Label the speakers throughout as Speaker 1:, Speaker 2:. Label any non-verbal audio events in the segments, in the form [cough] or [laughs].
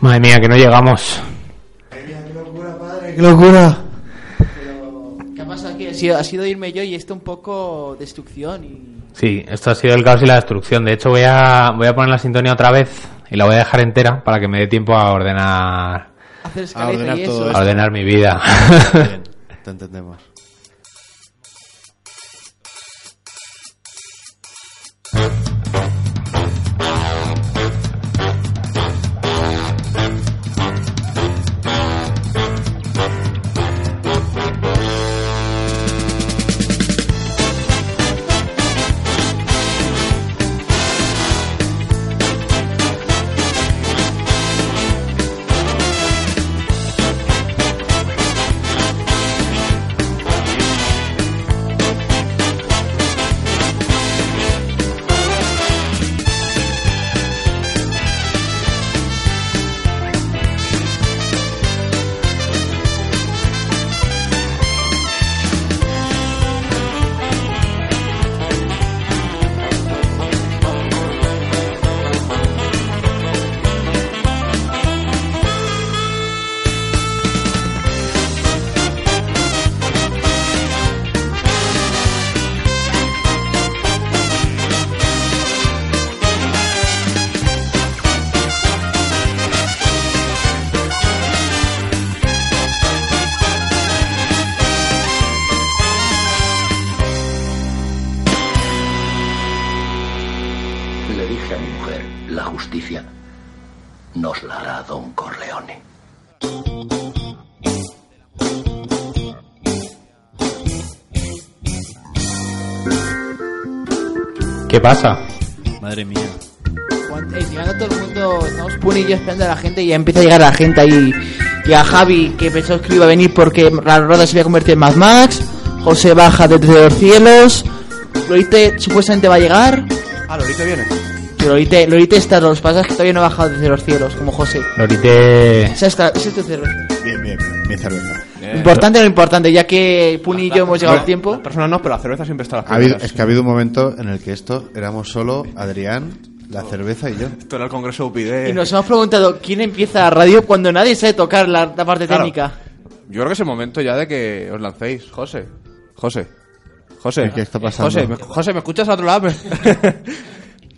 Speaker 1: Madre mía, que no llegamos.
Speaker 2: ¡Qué locura, padre! ¡Qué locura!
Speaker 3: ¿Qué ha pasado aquí? Ha sido, ha sido irme yo y esto un poco destrucción y...
Speaker 1: Sí, esto ha sido el caos y la destrucción. De hecho, voy a, voy a poner la sintonía otra vez y la voy a dejar entera para que me dé tiempo a ordenar,
Speaker 3: Hacer
Speaker 2: A ordenar
Speaker 3: escaleta y
Speaker 2: todo
Speaker 3: eso.
Speaker 1: a ordenar mi vida. [laughs]
Speaker 2: Bien, te entendemos.
Speaker 4: Le dije a mi mujer, la justicia nos la hará Don Corleone.
Speaker 1: ¿Qué pasa?
Speaker 2: Madre mía.
Speaker 3: Juan- eh, llegando todo el mundo, estamos Puni y yo esperando a la gente y ya empieza a llegar la gente ahí. Y a Javi, que pensó que iba a venir porque la Roda se iba a convertir en Mad Max. José baja desde los cielos. Lorite supuestamente va a llegar.
Speaker 2: Ah, Lorito
Speaker 5: ¿eh?
Speaker 2: viene.
Speaker 3: Pero Lorite, Lorite está, lo que pasa es que todavía no ha bajado desde los cielos, como José.
Speaker 1: Lorite.
Speaker 3: Esa es la- esa es tu cerveza.
Speaker 2: Bien, bien, bien. Mi cerveza.
Speaker 3: Importante o no importante, ya que Puni y yo hemos llegado
Speaker 5: No,
Speaker 3: al tiempo.
Speaker 5: las personas no, pero la cerveza siempre está a las
Speaker 2: Ha habido-
Speaker 5: primeras.
Speaker 2: es que ha habido un momento en el que esto éramos solo Adrián, la cerveza y yo.
Speaker 5: Esto era el congreso UPyD.
Speaker 3: Y nos hemos preguntado quién empieza la radio cuando nadie sabe tocar la, la parte
Speaker 5: Claro.
Speaker 3: técnica.
Speaker 5: Yo creo que es el momento ya de que os lancéis, José. José. José.
Speaker 2: ¿Qué está pasando?
Speaker 5: José, ¿me, José, ¿me escuchas a otro lado? [laughs]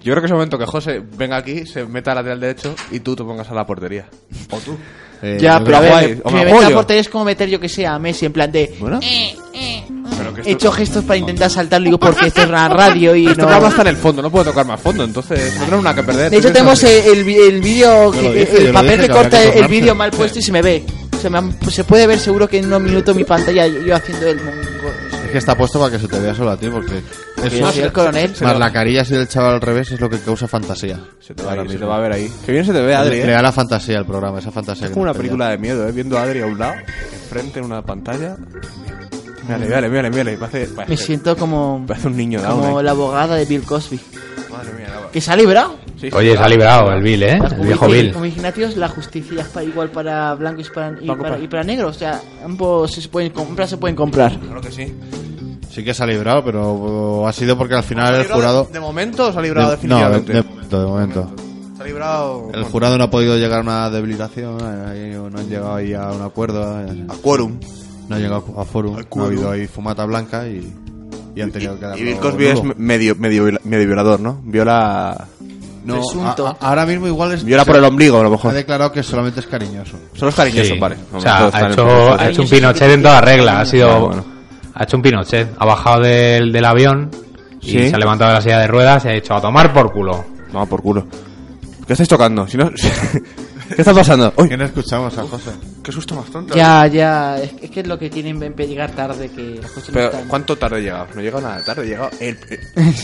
Speaker 5: Yo creo que es el momento que José venga aquí, se meta al lateral derecho y tú te pongas a la portería. O tú.
Speaker 2: Eh,
Speaker 3: Ya,
Speaker 2: yo
Speaker 3: pero a ver,
Speaker 2: creo-
Speaker 5: guay,
Speaker 3: me-
Speaker 5: o
Speaker 3: que me
Speaker 5: me
Speaker 3: meta
Speaker 5: apoyo.
Speaker 3: por es como meter, yo que sé, a Messi, en plan de...
Speaker 2: Bueno,
Speaker 5: Pero que esto,
Speaker 3: He hecho gestos para intentar saltarlo, digo, porque esto es una radio y
Speaker 5: pero esto programa
Speaker 3: no...
Speaker 5: está en el fondo, no puedo tocar más fondo, entonces no tenemos nada que perder.
Speaker 3: De hecho, tenemos el, el vi- el vídeo,
Speaker 2: Yo lo
Speaker 3: que-
Speaker 2: dije, yo
Speaker 3: el
Speaker 2: lo
Speaker 3: papel
Speaker 2: dije,
Speaker 3: que
Speaker 2: que había
Speaker 3: corta
Speaker 2: que
Speaker 3: el
Speaker 2: tocarse.
Speaker 3: vídeo mal puesto y se me ve. Se, me han- se puede ver seguro que en unos minutos mi pantalla yo, yo haciendo el... mongo-
Speaker 2: es que está puesto para que se te vea solo a ti, porque es
Speaker 3: Yo
Speaker 2: más,
Speaker 3: soy el coronel.
Speaker 2: más la carilla así del chaval al revés es lo que causa fantasía.
Speaker 5: Se te, va a
Speaker 2: Ahora
Speaker 5: ir, se te
Speaker 2: mismo.
Speaker 5: va a ver ahí. Que bien se te ve, Adri.
Speaker 2: Le
Speaker 5: ¿eh?
Speaker 2: le da la fantasía al programa, esa fantasía.
Speaker 5: Es
Speaker 2: que
Speaker 5: como una
Speaker 2: nos pedía.
Speaker 5: película de miedo, ¿eh? Viendo a Adri a un lado, enfrente en una pantalla. Mírale, mírale, mírale, mírale. Parece,
Speaker 3: Mm. Me
Speaker 5: parece,
Speaker 3: siento como...
Speaker 5: parece un niño down.
Speaker 3: Como
Speaker 5: ahí.
Speaker 3: la abogada de Bill Cosby.
Speaker 5: Madre mía, la-
Speaker 3: Que se ha librado.
Speaker 5: Sí, sí,
Speaker 1: Oye, se ha librado el Bill, ¿eh?
Speaker 3: Las-
Speaker 1: El viejo
Speaker 3: como-
Speaker 1: Bill.
Speaker 3: Como Ignatius, la justicia es pa- igual para blancos y para, y
Speaker 5: Blanco
Speaker 3: para,
Speaker 5: para-
Speaker 3: y para negros. O sea, ambos se pueden comprar, se pueden comprar.
Speaker 5: Claro que sí.
Speaker 2: Sí que se ha librado, pero ha sido porque al final el jurado...
Speaker 5: ¿De momento o se ha librado
Speaker 2: de- no, de, de
Speaker 5: definitivamente?
Speaker 2: momento, de momento.
Speaker 5: Se ha librado.
Speaker 2: El jurado no ha podido llegar a una debilitación, eh, no han llegado ahí a un acuerdo, eh,
Speaker 5: A quórum.
Speaker 2: no han llegado a forum, no ha habido ahí fumata blanca y, y han tenido que
Speaker 5: Y
Speaker 2: darlo
Speaker 5: Bill Cosby es
Speaker 2: nulo.
Speaker 5: me- medio, medio, viola- medio violador, ¿no? Viola.
Speaker 2: No,
Speaker 3: Presunto.
Speaker 2: a- a- ahora mismo igual es...
Speaker 5: Viola por el ombligo, a lo
Speaker 2: Ha
Speaker 5: mejor.
Speaker 2: declarado que solamente es cariñoso.
Speaker 5: Son los cariñosos,
Speaker 1: Sí.
Speaker 5: vale.
Speaker 1: O sea,
Speaker 5: Todos
Speaker 1: ha
Speaker 5: están
Speaker 1: hecho, ha
Speaker 5: en-
Speaker 1: hecho un Pinochet en toda regla. Ha sido.
Speaker 5: Ah, bueno.
Speaker 1: Ha hecho un Pinochet. Ha bajado del, del avión y
Speaker 5: Sí.
Speaker 1: se ha levantado de la silla de ruedas y ha dicho a tomar por culo.
Speaker 5: Vamos por culo. Que ¿Qué estáis tocando? Si no- [laughs] ¿Qué está pasando? Uy,
Speaker 6: Que no escuchamos a José.
Speaker 5: qué susto más tonto.
Speaker 3: Ya, ya. Es, es que es lo que tienen en pe- llegar tarde que las cosas no
Speaker 5: Pero,
Speaker 3: están-
Speaker 5: ¿cuánto tarde he llegado? No he llegado nada tarde, he llegado el- eh,
Speaker 3: [laughs]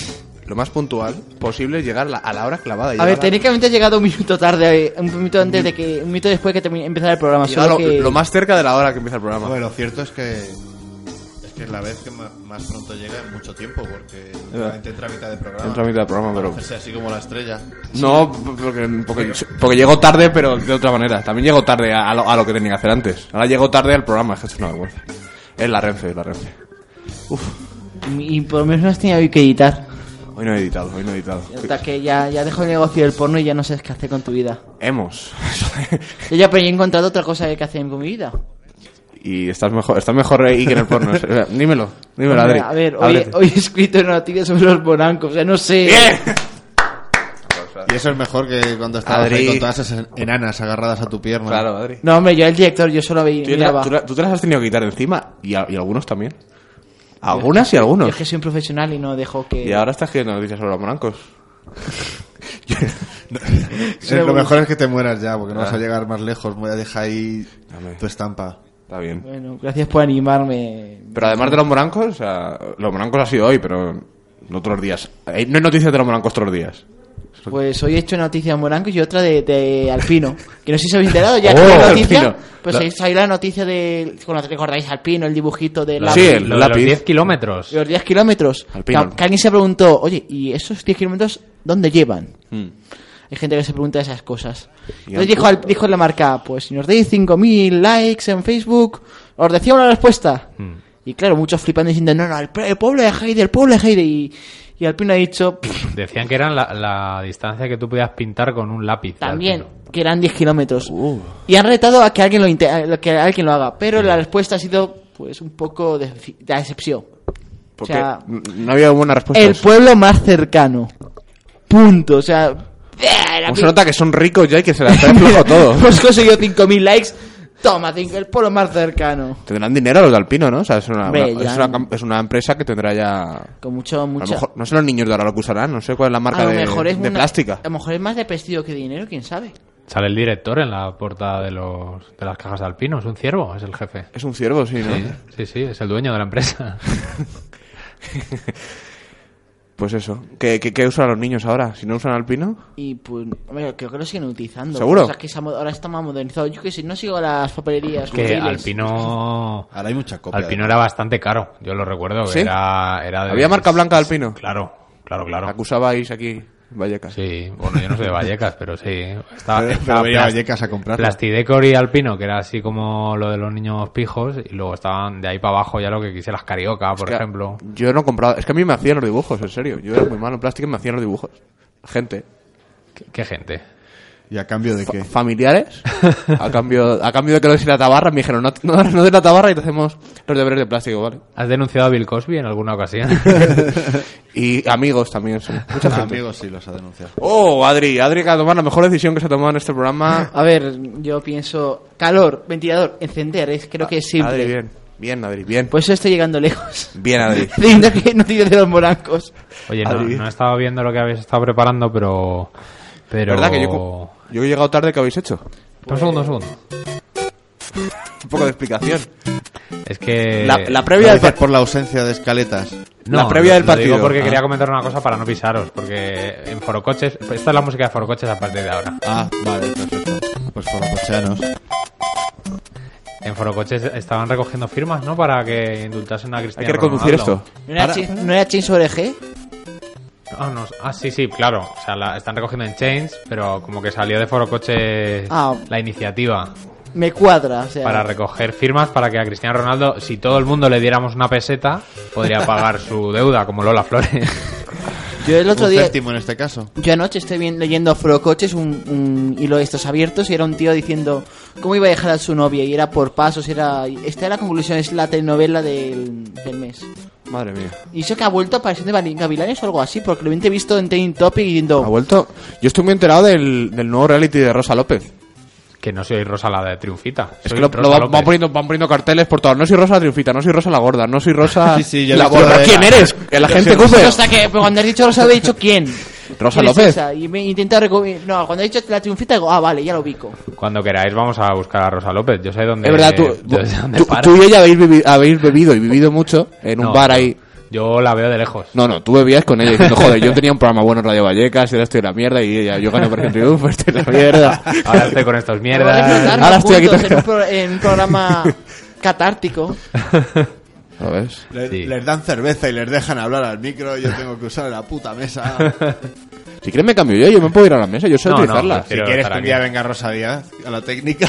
Speaker 5: lo más puntual posible, llegar la- a la hora clavada.
Speaker 3: A
Speaker 5: llegar
Speaker 3: ver,
Speaker 5: la-
Speaker 3: técnicamente he llegado un minuto tarde, eh, un minuto antes de que, un minuto después que termine- empezara el programa.
Speaker 5: llegar
Speaker 3: Solo
Speaker 5: lo,
Speaker 3: que...
Speaker 5: lo más cerca de la hora que empieza el programa.
Speaker 2: Bueno, lo cierto es que es que es la vez que ma- más pronto llega en mucho tiempo, porque realmente entra a mitad de programa.
Speaker 5: Entra a mitad del programa, pero...
Speaker 2: O sea, así como la estrella.
Speaker 5: No, porque, porque, porque llego tarde, pero de otra manera. También llego tarde a, a lo, a lo que tenía que hacer antes. Ahora llego tarde al programa, es que es una vergüenza. Es la Renfe, es la Renfe.
Speaker 3: Y por lo menos no has tenido hoy que editar.
Speaker 5: Hoy no he editado, hoy no he editado.
Speaker 3: Hasta que ya, ya dejo el negocio del porno y ya no sé qué hacer con tu vida.
Speaker 5: Hemos. [laughs]
Speaker 3: Yo ya pero he encontrado otra cosa que hacer con mi vida.
Speaker 5: y estás mejor, estás mejor ahí que en el porno. O sea, Dímelo, dímelo, Adri.
Speaker 3: a ver, hoy,
Speaker 5: Ábrete.
Speaker 3: hoy he escrito una noticia sobre los bonancos, o sea, no sé. [laughs]
Speaker 5: ¡Bien!
Speaker 2: Y eso es mejor que cuando estabas
Speaker 5: Adri.
Speaker 2: ahí con todas esas enanas agarradas a tu pierna.
Speaker 5: Claro, Adri.
Speaker 3: No, hombre, yo el director, yo solo veía.
Speaker 5: Tú,
Speaker 3: miraba.
Speaker 5: tú- tú te las has tenido que quitar de encima y, a- y algunos también. Algunas y
Speaker 3: Yo
Speaker 5: algunos.
Speaker 3: es que soy un profesional y no dejo que.
Speaker 5: Y ahora estás escribiendo noticias sobre los blancos.
Speaker 2: Sí, lo mejor es que te mueras ya, porque no vas a llegar más lejos. Voy a dejar ahí
Speaker 5: Dame.
Speaker 2: tu estampa.
Speaker 5: Está bien.
Speaker 3: Bueno, gracias por animarme.
Speaker 5: Pero además de los morancos, o sea, los morancos ha sido hoy, pero en otros días. Eh, No hay noticias de los morancos otros días.
Speaker 3: Pues hoy he hecho una noticia de morancos y otra de, de Alpino. Que no sé si os habéis enterado ya.
Speaker 5: [laughs] Oh,
Speaker 3: que la noticia,
Speaker 5: Alpino.
Speaker 3: Pues
Speaker 5: La-
Speaker 3: ahí salió la noticia de. Bueno, ¿recordáis Alpino? El dibujito de la.
Speaker 5: Sí, el
Speaker 1: Lo de los
Speaker 5: lápiz.
Speaker 1: 10 kilómetros.
Speaker 3: de los 10 kilómetros.
Speaker 5: Alpino.
Speaker 3: Que, que alguien se preguntó, oye, ¿y esos 10 kilómetros dónde llevan? Hay gente que se pregunta esas cosas. Entonces
Speaker 5: Y Alpino.
Speaker 3: dijo, al- dijo la marca, pues si nos deis 5.000 likes en Facebook, os decía una respuesta. Y claro, muchos flipando diciendo, no, no, el, pre- el pueblo de Heide, el pueblo de Heide. Y, y Alpino ha dicho, "Pff,
Speaker 1: Decían que eran la, la distancia que tú podías pintar con un lápiz. de
Speaker 3: también,
Speaker 1: altura.
Speaker 3: que eran 10 kilómetros. Y han retado a que alguien lo, inte- a que alguien lo haga. Pero la respuesta ha sido, pues, un poco de, de decepción. O
Speaker 5: Porque
Speaker 3: sea,
Speaker 5: n- no había buena respuesta.
Speaker 3: el pueblo más cercano. Punto. O sea,
Speaker 5: Como Pues se nota que son ricos ya y
Speaker 3: [laughs]
Speaker 5: que se las traen flojo todo.
Speaker 3: hemos conseguido 5.000 likes. Toma, cinco, el pueblo más cercano.
Speaker 5: Tendrán dinero los de Alpino, ¿no? O sea, es una,
Speaker 3: Hombre,
Speaker 5: una-
Speaker 3: ya
Speaker 5: es, una,
Speaker 3: no.
Speaker 5: cam- es una empresa que tendrá ya...
Speaker 3: Con mucho,
Speaker 5: A lo
Speaker 3: mucho.
Speaker 5: mejor, no sé los niños de ahora lo que usarán, no sé cuál es la marca
Speaker 3: a lo
Speaker 5: de,
Speaker 3: mejor es
Speaker 5: de
Speaker 3: una- em-
Speaker 5: plástica.
Speaker 3: A lo mejor es más de prestigio que de dinero, quién sabe.
Speaker 1: Sale el director en la portada de, los, de las cajas de Alpino. Es un ciervo, es el jefe.
Speaker 5: Es un ciervo, sí, ¿no?
Speaker 1: Sí, sí, es el dueño de la
Speaker 5: [laughs]
Speaker 1: empresa.
Speaker 5: Pues eso. ¿Qué, qué, qué usan los niños ahora? Si no usan Alpino...
Speaker 3: Y pues, hombre, creo que lo siguen utilizando.
Speaker 5: ¿Seguro?
Speaker 3: O sea, que se ha mo- ahora está más modernizado. Yo que si no sigo las papelerías.
Speaker 1: que
Speaker 3: juveniles.
Speaker 5: [laughs]
Speaker 1: Alpino...
Speaker 2: Ahora hay mucha copia.
Speaker 1: Alpino
Speaker 2: de-
Speaker 1: era bastante caro, yo lo recuerdo. que
Speaker 5: ¿Sí?
Speaker 1: Era, era de-
Speaker 5: ¿Había marca blanca de Alpino?
Speaker 1: Claro, claro, claro.
Speaker 5: Acusabais aquí Vallecas.
Speaker 1: Sí, bueno, yo no soy de Vallecas, pero sí.
Speaker 5: [laughs]
Speaker 1: Estaba,
Speaker 2: Pero-
Speaker 1: estaba
Speaker 2: pero venía a
Speaker 1: Plas-
Speaker 2: Vallecas a comprarlo.
Speaker 1: Plastidecor y Alpino, que era así como lo de los niños pijos, y luego estaban de ahí para abajo ya lo que quisieras, Carioca, por
Speaker 5: Es que
Speaker 1: ejemplo.
Speaker 5: Yo no compraba. Es que a mí me hacían los dibujos, en serio. Yo era muy malo en plástico y me hacían los dibujos. Gente.
Speaker 1: ¿Qué, qué gente?
Speaker 2: ¿Y a cambio de
Speaker 5: fa-
Speaker 2: qué?
Speaker 5: Familiares.
Speaker 1: [laughs]
Speaker 5: A cambio, a cambio de que lo des la tabarra, me dijeron, no, no, no des la tabarra y te hacemos los deberes de
Speaker 1: [laughs]
Speaker 5: plástico, ¿vale?
Speaker 1: ¿Has denunciado a Bill Cosby en alguna
Speaker 5: [laughs]
Speaker 1: ocasión?
Speaker 5: Y amigos también, sí. Mucha
Speaker 2: Ah,
Speaker 5: gente.
Speaker 2: amigos sí los ha denunciado.
Speaker 5: Oh, Adri. Adri acaba de tomar la mejor decisión que se ha tomado en este programa.
Speaker 3: A ver, yo pienso. Calor, ventilador, encender, es, creo que es simple.
Speaker 5: Ah, Adri, bien. Bien, Adri, bien.
Speaker 3: Pues estoy llegando lejos.
Speaker 5: Bien, Adri.
Speaker 3: [laughs] Diciendo que no tiene de los morancos.
Speaker 1: Oye, no,
Speaker 5: Adri.
Speaker 1: no he estado viendo lo que habéis estado preparando, pero... pero...
Speaker 5: ¿Verdad que yo, cu- yo he llegado tarde? ¿Qué habéis hecho?
Speaker 1: Espera Un segundo, un segundo.
Speaker 5: Un poco
Speaker 1: [laughs]
Speaker 5: de explicación.
Speaker 1: Es que...
Speaker 5: La, la
Speaker 2: Lo
Speaker 5: previa del
Speaker 2: dices
Speaker 5: partido.
Speaker 2: por la ausencia de escaletas.
Speaker 1: No,
Speaker 5: la previa
Speaker 1: lo-
Speaker 5: del
Speaker 1: lo digo
Speaker 5: partido.
Speaker 1: porque
Speaker 5: Ah.
Speaker 1: quería comentar una cosa para no pisaros, porque en Forocoches... Esta es la música de Forocoches a partir de ahora.
Speaker 2: Ah, vale, perfecto. Pues por los cocheanos.
Speaker 1: En Forocoches estaban recogiendo firmas, ¿no? Para que indultasen a
Speaker 5: Hay
Speaker 1: Cristiano
Speaker 5: que reconducir esto.
Speaker 1: Ronaldo.
Speaker 3: ¿No era,
Speaker 2: Ahora-
Speaker 3: Chain- ¿No era Chain sobre G?
Speaker 1: Ah, no, ah, sí, sí, claro. O sea, la están recogiendo en Chains, pero como que salió de Forocoches
Speaker 3: Ah.
Speaker 1: la iniciativa
Speaker 3: Me cuadra, o sea.
Speaker 1: para recoger firmas para que a Cristiano Ronaldo, si todo el mundo le diéramos una peseta,
Speaker 5: [laughs]
Speaker 1: podría pagar su deuda, como Lola Flores. [laughs]
Speaker 3: Yo el otro
Speaker 2: Un
Speaker 3: día.
Speaker 2: céntimo en este caso.
Speaker 3: Yo anoche estoy bien, leyendo Frocoches, un, un hilo de estos abiertos, y era un tío diciendo cómo iba a dejar a su novia, y era por pasos, y era... y Esta era la conclusión, es la telenovela del, del mes.
Speaker 5: Madre mía.
Speaker 3: Y eso que ha vuelto apareciendo en Gavilanes o algo así, porque lo he visto en Training Topic y diciendo...
Speaker 5: ¿Ha vuelto? Yo estoy muy enterado del, del nuevo reality de Rosa López.
Speaker 1: que no soy Rosa la de Triunfita.
Speaker 5: Es
Speaker 1: soy
Speaker 5: que lo,
Speaker 1: Rosa
Speaker 5: lo va-
Speaker 1: López.
Speaker 5: van, poniendo, van poniendo carteles por todos. No soy Rosa la Triunfita, no soy Rosa la Gorda, no soy
Speaker 2: [laughs]
Speaker 5: Rosa
Speaker 2: Sí, sí, yo he
Speaker 5: la
Speaker 2: visto
Speaker 5: Gorda.
Speaker 2: la de-
Speaker 5: ¿Quién eres? Que la
Speaker 2: Yo
Speaker 5: gente
Speaker 2: soy
Speaker 3: [laughs]
Speaker 5: cupe.
Speaker 3: O sea, que pero cuando has dicho Rosa, he dicho quién.
Speaker 5: Rosa
Speaker 3: ¿Quién es
Speaker 5: López.
Speaker 3: esa? Y me intenta reco- No, cuando he dicho la triunfita, digo, ah, vale, ya lo ubico.
Speaker 1: Cuando queráis vamos a buscar a Rosa López. Yo sé dónde...
Speaker 5: Es verdad, tú,
Speaker 2: Eh,
Speaker 1: yo sé dónde
Speaker 5: tú-
Speaker 1: para.
Speaker 5: tú y ella habéis, bebi- habéis bebido y vivido mucho en un
Speaker 1: No,
Speaker 5: bar ahí.
Speaker 1: Yo la veo de lejos.
Speaker 5: No, no, tú bebías con ella diciendo, joder, yo tenía un programa bueno en Radio Vallecas y ahora estoy en la mierda y ella, yo gané por el triunfo, estoy en la mierda.
Speaker 1: [laughs] Ahora estoy con estos
Speaker 3: Podemos
Speaker 1: mierdas.
Speaker 3: darnos
Speaker 5: Ahora estoy aquí
Speaker 3: juntos en
Speaker 5: tocando.
Speaker 3: un, pro- en un programa
Speaker 5: [laughs]
Speaker 3: catártico.
Speaker 5: ¿Lo ves?
Speaker 6: Le-
Speaker 1: Sí.
Speaker 6: Les dan cerveza y les dejan hablar al micro. Yo tengo que usar la puta mesa.
Speaker 5: Si quieres me cambio yo, yo me puedo ir a la mesa, yo sé
Speaker 1: No, no,
Speaker 5: utilizarla.
Speaker 1: prefiero-
Speaker 2: Si quieres
Speaker 1: estar
Speaker 2: que un
Speaker 1: aquí.
Speaker 2: día venga Rosa Díaz a la [laughs] técnica.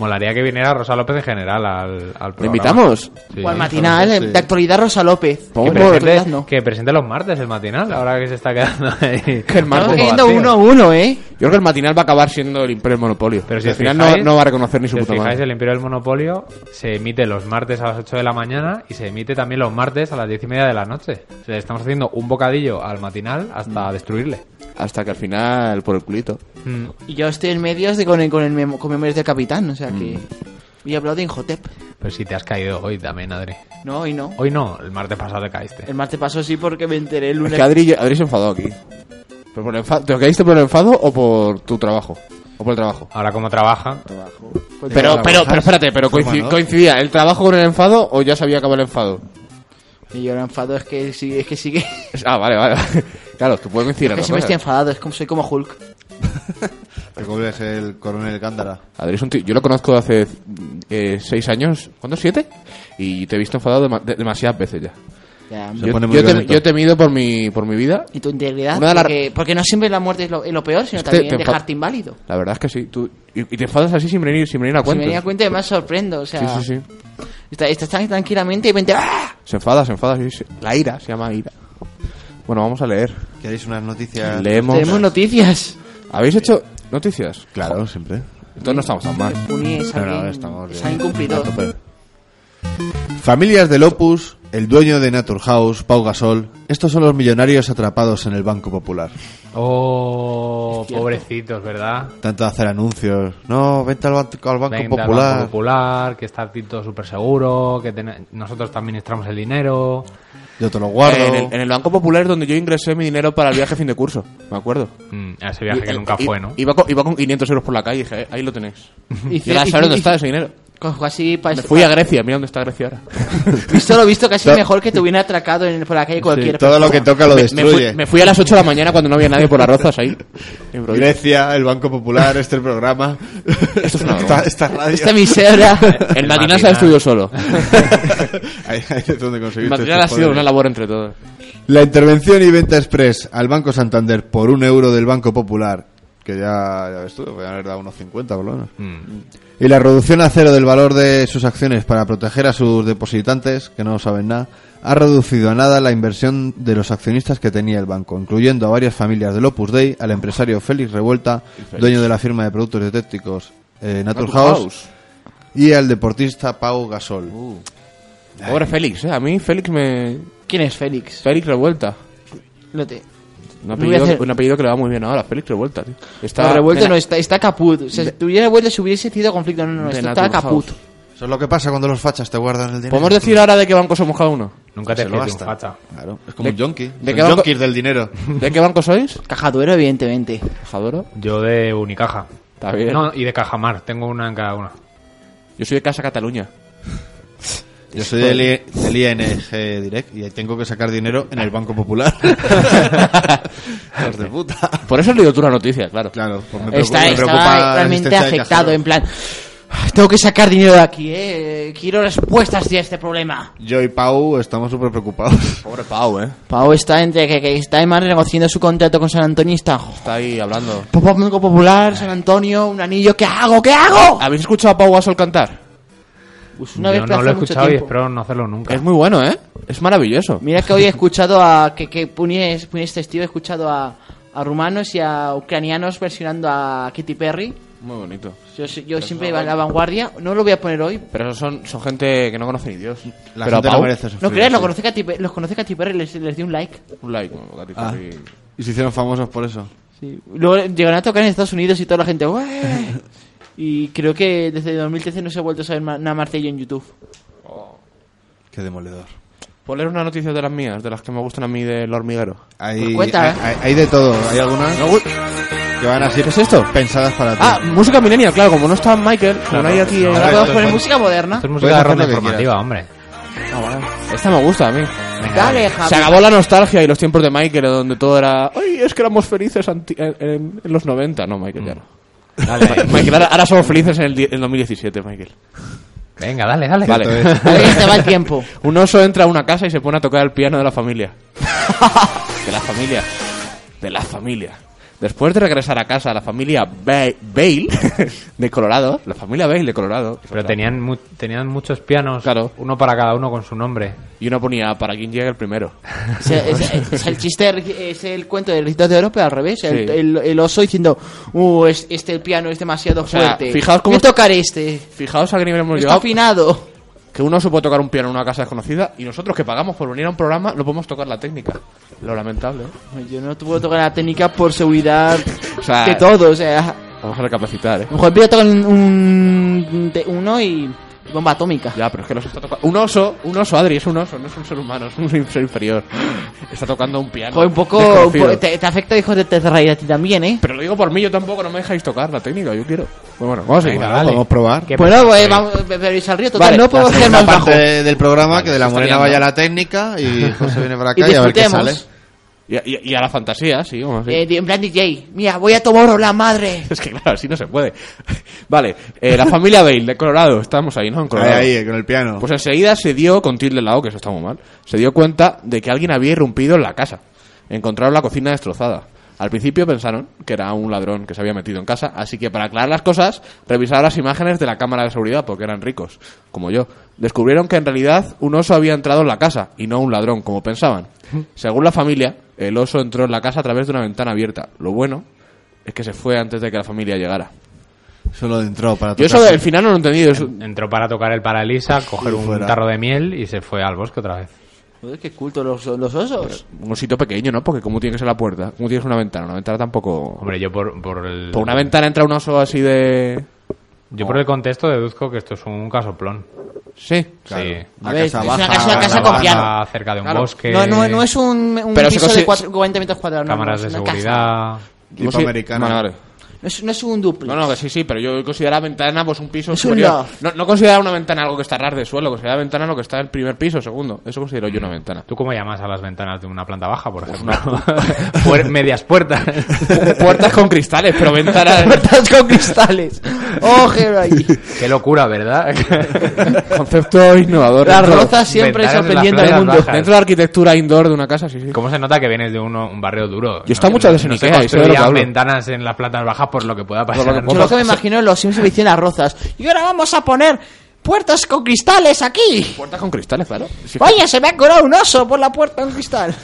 Speaker 1: Molaría que viniera Rosa López en general al, al
Speaker 5: ¿Le
Speaker 1: programa.
Speaker 5: invitamos?
Speaker 1: Sí.
Speaker 3: o al matinal,
Speaker 6: sí.
Speaker 3: de actualidad Rosa López.
Speaker 5: Vamos
Speaker 1: Que
Speaker 5: por-
Speaker 3: actualidad
Speaker 1: presente,
Speaker 3: no.
Speaker 1: que presente los martes el matinal, ahora que se está quedando ahí.
Speaker 5: Que el martes-
Speaker 3: Estamos
Speaker 5: Marco
Speaker 3: cayendo
Speaker 1: vacío.
Speaker 3: uno a uno, ¿eh?
Speaker 5: Yo creo que el matinal va a acabar siendo el Imperio del Monopolio.
Speaker 1: Pero si
Speaker 5: al
Speaker 1: os
Speaker 5: final
Speaker 1: fijáis-
Speaker 5: no, no va a reconocer ni su
Speaker 1: Si os
Speaker 5: puta
Speaker 1: fijáis,
Speaker 5: madre.
Speaker 1: el Imperio del Monopolio se emite los martes a las 8 de la mañana y se emite también los martes a las 10 y media de la noche. O sea, estamos haciendo un bocadillo al matinal hasta
Speaker 5: Mm.
Speaker 1: destruirle.
Speaker 5: Hasta que al final, por el culito.
Speaker 1: Mm.
Speaker 3: Y yo estoy en medios de, con, el, con, el memo- con memorias del capitán, o sea que.
Speaker 5: Mm.
Speaker 3: Y habló de Inhotep.
Speaker 1: Pero si te has caído hoy también, Adri.
Speaker 3: No, hoy no.
Speaker 1: Hoy no, el martes pasado te caíste.
Speaker 3: El martes pasó sí porque me enteré el
Speaker 5: Es
Speaker 3: lunes.
Speaker 5: que Adri, Adri se enfadó aquí. ¿Pero por el enfado? ¿Te caíste por el enfado o por tu trabajo? ¿O por el trabajo?
Speaker 1: Ahora como trabaja,
Speaker 5: Pero, pero, pero espérate, pero
Speaker 2: Forma,
Speaker 5: coinci-
Speaker 2: ¿no?
Speaker 5: coincidía el trabajo con el enfado o ya se había acabado el enfado.
Speaker 3: Y yo era enfado, es que sí, es que
Speaker 5: [laughs]
Speaker 3: sigue.
Speaker 5: Ah, vale, vale. vale. Claro, es que puede coincidir.
Speaker 3: Es que
Speaker 5: las
Speaker 3: siempre
Speaker 5: cosas.
Speaker 3: estoy enfadado, es como soy como Hulk.
Speaker 2: Te vuelves el coronel Cándara.
Speaker 5: Adri es un tío- yo lo conozco de hace eh, seis años, ¿cuántos? ¿Siete? Y te he visto enfadado dema- de- demasiadas veces ya.
Speaker 3: Ya,
Speaker 2: Se
Speaker 5: Yo,
Speaker 2: pone muy
Speaker 5: yo te,
Speaker 2: violento.
Speaker 5: yo he temido por mi, por mi vida.
Speaker 3: Y tu integridad,
Speaker 5: Una de las-
Speaker 3: porque, porque no siempre la muerte es lo, es lo peor, sino
Speaker 5: Este,
Speaker 3: también
Speaker 5: te enfa-
Speaker 3: dejarte inválido.
Speaker 5: La verdad es que sí. Tú, y, y te enfadas así sin venir, sin venir a
Speaker 3: Si
Speaker 5: cuento.
Speaker 3: me venía a cuenta, me sorprendo. O sea,
Speaker 5: Sí, sí, sí.
Speaker 3: Estás tan tranquilamente y de repente, ¡ah!
Speaker 5: Se enfada, se enfada. sí, sí. La ira, se llama ira. Bueno, vamos a leer.
Speaker 2: ¿Queréis unas noticias?
Speaker 5: Leemos.
Speaker 3: Tenemos noticias.
Speaker 5: ¿Habéis hecho noticias?
Speaker 2: Claro, siempre.
Speaker 5: Entonces no estamos tan mal.
Speaker 3: Puni es
Speaker 2: Pero no,
Speaker 3: alguien,
Speaker 2: estamos
Speaker 3: es
Speaker 2: bien.
Speaker 3: alguien cumplidor.
Speaker 2: A tope. Familias del Opus, el dueño de Naturhaus, Pau Gasol, estos son los millonarios atrapados en el Banco Popular.
Speaker 1: Oh, pobrecitos, ¿verdad?
Speaker 2: Tanto hacer anuncios. No, vente al, ban- al Banco
Speaker 1: Venta al
Speaker 2: Popular.
Speaker 1: Banco Popular, que está todo súper seguro, que ten- nosotros también administramos el dinero.
Speaker 2: Yo te lo guardo.
Speaker 5: En el, en el Banco Popular es donde yo ingresé mi dinero para el viaje fin de curso. Me acuerdo.
Speaker 1: Mm, a ese viaje
Speaker 5: Y-
Speaker 1: que
Speaker 5: y-
Speaker 1: nunca
Speaker 5: y-
Speaker 1: fue, ¿no?
Speaker 5: Iba con, iba con 500 euros por la calle. Dije, "Eh, ahí lo tenéis.
Speaker 3: Y
Speaker 5: Y ahora
Speaker 3: y-
Speaker 5: sabes dónde
Speaker 3: y- "Ah".
Speaker 5: está ese dinero.
Speaker 3: Cojo así pa-
Speaker 5: Me fui a Grecia. Mira dónde está Grecia ahora.
Speaker 3: Visto lo visto,
Speaker 2: [laughs]
Speaker 3: casi
Speaker 2: To-
Speaker 3: mejor que te hubiera atracado en, por la calle cualquier
Speaker 2: Todo lo que
Speaker 3: persona.
Speaker 2: toca [laughs] lo
Speaker 5: Me- me, fui,
Speaker 2: destruye.
Speaker 5: me fui a las 8 de la mañana cuando no había nadie por las rozas ahí. En Brodie.
Speaker 2: Grecia, el Banco Popular, este programa.
Speaker 5: Esto es una broma. Este
Speaker 2: esta, esta radio.
Speaker 3: Esta misera.
Speaker 5: [laughs] El
Speaker 1: El
Speaker 5: matinal se
Speaker 1: matinal.
Speaker 5: ha estudiado solo.
Speaker 2: [laughs] ahí, ahí es donde
Speaker 5: El
Speaker 2: conseguiste este
Speaker 5: matinal ha
Speaker 2: estos
Speaker 5: sido
Speaker 2: poderes.
Speaker 5: una labor entre todos.
Speaker 2: La intervención y venta express al Banco Santander por un euro del Banco Popular, que ya, ya ves tú, voy a haber dado unos 50 por lo menos. Y la reducción a cero del valor de sus acciones para proteger a sus depositantes, que no saben nada, ha reducido a nada la inversión de los accionistas que tenía el banco, incluyendo a varias familias del Opus Dei, al empresario Félix Revuelta, dueño de la firma de productos dietéticos eh, Naturhaus,
Speaker 5: Naturhaus.
Speaker 2: y al deportista Pau Gasol.
Speaker 5: Pobre Félix, eh. A mí Félix me...
Speaker 3: ¿Quién es Félix?
Speaker 5: Félix Revuelta.
Speaker 3: No te-
Speaker 5: Un
Speaker 3: No voy a
Speaker 5: apellido,
Speaker 3: hacer-
Speaker 5: un apellido que le va muy bien ahora. Félix Revuelta, tío. Está
Speaker 3: No, revuelto
Speaker 5: de
Speaker 3: no
Speaker 5: na-
Speaker 3: está, está caput. O sea, si tuviera revuelto, si hubiese sido conflicto. No, no, no,
Speaker 5: de
Speaker 3: esto está
Speaker 5: Naturhaus.
Speaker 3: caput.
Speaker 2: Eso es lo que pasa cuando los fachas te guardan el dinero.
Speaker 5: ¿Podemos decir ahora de qué banco somos cada uno?
Speaker 1: Nunca te
Speaker 2: Se lo
Speaker 1: fíes de un
Speaker 2: gastan.
Speaker 1: facha.
Speaker 2: Claro, es como
Speaker 5: ¿De-
Speaker 2: un yonki.
Speaker 5: de
Speaker 2: Son
Speaker 5: qué banco-
Speaker 2: yonkis del dinero.
Speaker 5: ¿De qué banco sois?
Speaker 3: Cajaduero, evidentemente.
Speaker 5: Cajadoro.
Speaker 1: Yo de Unicaja.
Speaker 5: Está bien.
Speaker 1: No, y de Cajamar. Tengo una en cada una.
Speaker 5: Yo soy de Casa Cataluña.
Speaker 2: Yo soy del, I- del ING Direct y ahí tengo que sacar dinero en el Banco [laughs] Popular. Hijos de puta.
Speaker 5: Por eso he leído tú la noticia, claro.
Speaker 2: Claro, pues me preocupa,
Speaker 3: Está,
Speaker 2: me preocupa
Speaker 3: está
Speaker 2: la
Speaker 3: realmente
Speaker 2: existencia de
Speaker 3: afectado,
Speaker 2: cajeros.
Speaker 3: en plan... "Ah, Tengo que sacar dinero de aquí, eh. Quiero respuestas de este problema.
Speaker 2: Yo y Pau estamos súper preocupados.
Speaker 5: Pobre Pau, eh.
Speaker 3: Pau está entre que, que está además negociando su contrato con San Antonio y está... "Jo,
Speaker 5: Está ahí hablando.
Speaker 3: Banco Popular, San Antonio, un anillo, ¿qué hago? ¿Qué hago?
Speaker 5: ¿Habéis escuchado a Pau Gasol cantar?
Speaker 3: Pues
Speaker 1: Ah, Yo no
Speaker 3: pero
Speaker 1: lo he
Speaker 3: hace mucho
Speaker 1: escuchado y
Speaker 3: tiempo.
Speaker 1: espero no hacerlo nunca.
Speaker 5: Es muy bueno, eh. Es maravilloso.
Speaker 3: Mira que hoy he escuchado a... Que, que Puni es, Puni es testigo, he escuchado a, a rumanos y a ucranianos versionando a Katy Perry.
Speaker 5: Muy bonito.
Speaker 3: Yo, soy-
Speaker 1: Pues
Speaker 3: yo siempre iba a la vanguardia. No lo voy a poner hoy.
Speaker 5: Pero esos son, son gente que no conoce ni Dios.
Speaker 2: La
Speaker 5: Pero
Speaker 2: gente
Speaker 5: a
Speaker 2: no
Speaker 5: Pau,
Speaker 2: merece sufrir
Speaker 3: No creas,
Speaker 2: así.
Speaker 3: los conoce Katy Pe- los conoce Katy Perry, les, les di un like.
Speaker 5: Un like, como gatito
Speaker 2: Ah.
Speaker 5: así.
Speaker 2: Y se hicieron famosos por eso.
Speaker 3: Sí. Luego llegaron a tocar en Estados Unidos y toda la gente... "Ué".
Speaker 1: [laughs]
Speaker 3: y creo que desde 2013 no se ha vuelto a saber ma- nada más de ello en YouTube.
Speaker 2: Qué demoledor.
Speaker 5: Por leer una noticia de las mías, de las que me gustan a mí del hormiguero.
Speaker 2: Hay,
Speaker 3: cuenta,
Speaker 2: hay,
Speaker 3: ¿eh?
Speaker 2: hay- hay de todo. Hay algunas
Speaker 5: Me gu-
Speaker 2: que van a ser
Speaker 5: ¿Qué es esto?
Speaker 2: pensadas para ti.
Speaker 5: Ah, música millennial, claro, como no está Michael, como
Speaker 1: Claro,
Speaker 5: no hay aquí...
Speaker 1: no.
Speaker 3: Ahora
Speaker 5: eh,
Speaker 3: podemos poner música moderna.
Speaker 1: Esto es
Speaker 2: Puedes
Speaker 1: música de
Speaker 2: hacer
Speaker 1: ronda
Speaker 2: lo que
Speaker 1: informativa, hombre.
Speaker 5: Ah, vale. Esta me gusta a mí.
Speaker 1: Venga,
Speaker 3: Dale,
Speaker 5: Se
Speaker 3: Javi.
Speaker 5: acabó la nostalgia y los tiempos de Michael, donde todo era... ¡Ay, es que éramos felices anti- en, en- en los 90! No, Michael, ya no.
Speaker 1: dale.
Speaker 5: Ma- Michael, ahora, ahora somos felices en el, di- en 2017, Michael.
Speaker 1: Venga, dale, dale.
Speaker 5: Vale.
Speaker 3: Ahí te va el tiempo.
Speaker 5: Un oso entra a una casa y se pone a tocar el piano de la familia. [laughs] de la familia. De la familia. Después de regresar a casa, la familia Ba- Bale [laughs] de Colorado, la familia Bale de Colorado,
Speaker 1: Pero tenían, mu- tenían muchos pianos,
Speaker 5: Claro.
Speaker 1: uno para cada uno con su nombre.
Speaker 5: y uno ponía para quien llegue el primero.
Speaker 3: [laughs] Es, es- es el chiste, de Ricky- es el cuento de Ricitos de Oro, pero al revés. El,
Speaker 5: Sí.
Speaker 3: el- el oso diciendo, uh, es- este piano es demasiado
Speaker 5: sea,
Speaker 3: fuerte.
Speaker 5: fijaos cómo-
Speaker 3: Voy a tocar este.
Speaker 5: Fijaos a qué nivel hemos
Speaker 3: Está
Speaker 5: llegado,
Speaker 3: afinado.
Speaker 5: que uno se puede tocar un piano en una casa desconocida y nosotros que pagamos por venir a un programa no podemos tocar la técnica. Lo lamentable. ¿eh?
Speaker 3: Yo no te puedo tocar la técnica por seguridad
Speaker 5: O sea,
Speaker 3: de todo, o sea...
Speaker 5: Vamos a recapacitar, ¿eh?
Speaker 3: A lo mejor pido tocar un, un- de uno y bomba atómica.
Speaker 5: Ya, pero es que los está tocando. Un oso, un oso, Adri, es un oso, no es un ser humano, es un ser inferior. Está tocando un piano.
Speaker 3: Joder, un poco...
Speaker 5: desconocido.
Speaker 3: un po- te, te afecta, hijo de Terra y a ti también, ¿eh?
Speaker 5: Pero lo digo por mí, yo tampoco, no me dejáis tocar la técnica, yo quiero. Pues Bueno, bueno, vamos a seguir.
Speaker 1: Venga,
Speaker 2: Claro, podemos probar.
Speaker 1: Qué
Speaker 3: Bueno,
Speaker 1: pesado,
Speaker 3: pues,
Speaker 1: eh.
Speaker 3: vamos, ve- veréis al río. Total,
Speaker 5: Vale,
Speaker 3: no puedo
Speaker 5: la
Speaker 3: hacer más
Speaker 2: Una
Speaker 3: bajo.
Speaker 2: parte del programa que de la
Speaker 5: se está
Speaker 2: morena
Speaker 5: liando.
Speaker 2: vaya la técnica
Speaker 5: [laughs]
Speaker 2: y José viene para
Speaker 3: Y
Speaker 2: acá y, a ver qué
Speaker 3: disfrutemos.
Speaker 2: sale.
Speaker 5: Y, a- y a la fantasía, sí, vamos así.
Speaker 3: Eh, di- en plan DJ, mira, voy a tomar la madre.
Speaker 5: [laughs] Es que claro, así no se puede. [laughs] vale, eh, la familia Bale de Colorado, estamos ahí, ¿no? En
Speaker 2: Ahí,
Speaker 5: Colorado.
Speaker 2: ahí, eh, con el piano.
Speaker 5: Pues enseguida se dio, con tilde en la O, que eso está muy mal, se dio cuenta de que alguien había irrumpido en la casa. Encontraron la cocina destrozada. Al principio pensaron que era un ladrón que se había metido en casa, así que para aclarar las cosas, revisaron las imágenes de la cámara de seguridad, porque eran ricos, como yo. Descubrieron que en realidad un oso había entrado en la casa, y no un ladrón, como pensaban. Según la familia, el oso entró en la casa a través de una ventana abierta. Lo bueno es que se fue antes de que la familia llegara.
Speaker 2: Solo entró para
Speaker 5: Yo
Speaker 2: tocar.
Speaker 5: eso del final no lo he entendido. eso-
Speaker 1: Entró para tocar el paralisa, coger un
Speaker 2: fuera.
Speaker 1: tarro de miel y se fue al bosque otra vez.
Speaker 3: Joder, qué culto los, los osos.
Speaker 5: un sitio pequeño, ¿no? Porque como tiene que ser la puerta, como tienes una ventana, una ventana tampoco.
Speaker 1: Hombre, yo por, por el...
Speaker 5: por una ventana entra un oso así de.
Speaker 1: Yo por el contexto deduzco que esto es un casoplón.
Speaker 5: Sí.
Speaker 1: Sí.
Speaker 3: A ver,
Speaker 2: casa
Speaker 3: es
Speaker 2: baja,
Speaker 3: una casa, una
Speaker 2: una
Speaker 3: casa
Speaker 1: Una
Speaker 3: con
Speaker 1: barra
Speaker 3: piano.
Speaker 1: cerca de un
Speaker 5: Claro.
Speaker 1: bosque.
Speaker 3: No, no, no es un, un
Speaker 5: Pero se
Speaker 3: piso
Speaker 5: consi-
Speaker 3: de cuatro- 40 metros cuadrados. no,
Speaker 1: Cámaras
Speaker 3: no,
Speaker 1: de
Speaker 3: es una casa.
Speaker 1: seguridad.
Speaker 2: Tipo
Speaker 5: Como si-
Speaker 2: americano.
Speaker 5: Vale, vale.
Speaker 3: No es, no es un duplex.
Speaker 5: No, no, que sí, sí, pero yo consideraba ventana pues un piso
Speaker 3: Es un
Speaker 5: superior.
Speaker 3: loft.
Speaker 5: No, no consideraba una ventana algo que está ras de suelo, consideraba ventana lo que está en el primer piso, segundo. Eso considero yo
Speaker 1: [laughs]
Speaker 5: una ventana.
Speaker 1: ¿Tú cómo llamas a las ventanas de una planta baja, por ejemplo? [laughs] Puer- medias puertas.
Speaker 5: Pu- Puertas con cristales,
Speaker 1: [laughs]
Speaker 5: pero
Speaker 3: [laughs]
Speaker 5: ventanas.
Speaker 3: Puertas con cristales. Oh, Ojero ahí.
Speaker 1: Qué locura, ¿verdad?
Speaker 5: Concepto innovador.
Speaker 3: Las
Speaker 5: Dentro-
Speaker 3: rozas siempre
Speaker 1: Ventanas en las
Speaker 3: sorprendiendo al
Speaker 1: playas
Speaker 3: mundo.
Speaker 1: bajas.
Speaker 5: Dentro de la arquitectura indoor de una casa, sí,
Speaker 1: [laughs]
Speaker 5: sí.
Speaker 1: ¿Cómo se nota que vienes de uno- un barrio duro?
Speaker 5: Yo está
Speaker 1: No-
Speaker 5: muchas veces
Speaker 1: no
Speaker 5: en
Speaker 1: se
Speaker 5: Ikea, y sé de lo que
Speaker 1: construían
Speaker 5: hablo.
Speaker 1: ventanas en las plantas bajas por lo que pueda pasar.
Speaker 5: Por lo que
Speaker 3: Yo lo que me imagino es los Simpsons diciendo las rozas. Y ahora vamos a poner puertas con cristales aquí.
Speaker 5: Puertas con cristales, claro. Sí,
Speaker 3: Vaya, se me ha colado un oso por la puerta con cristal.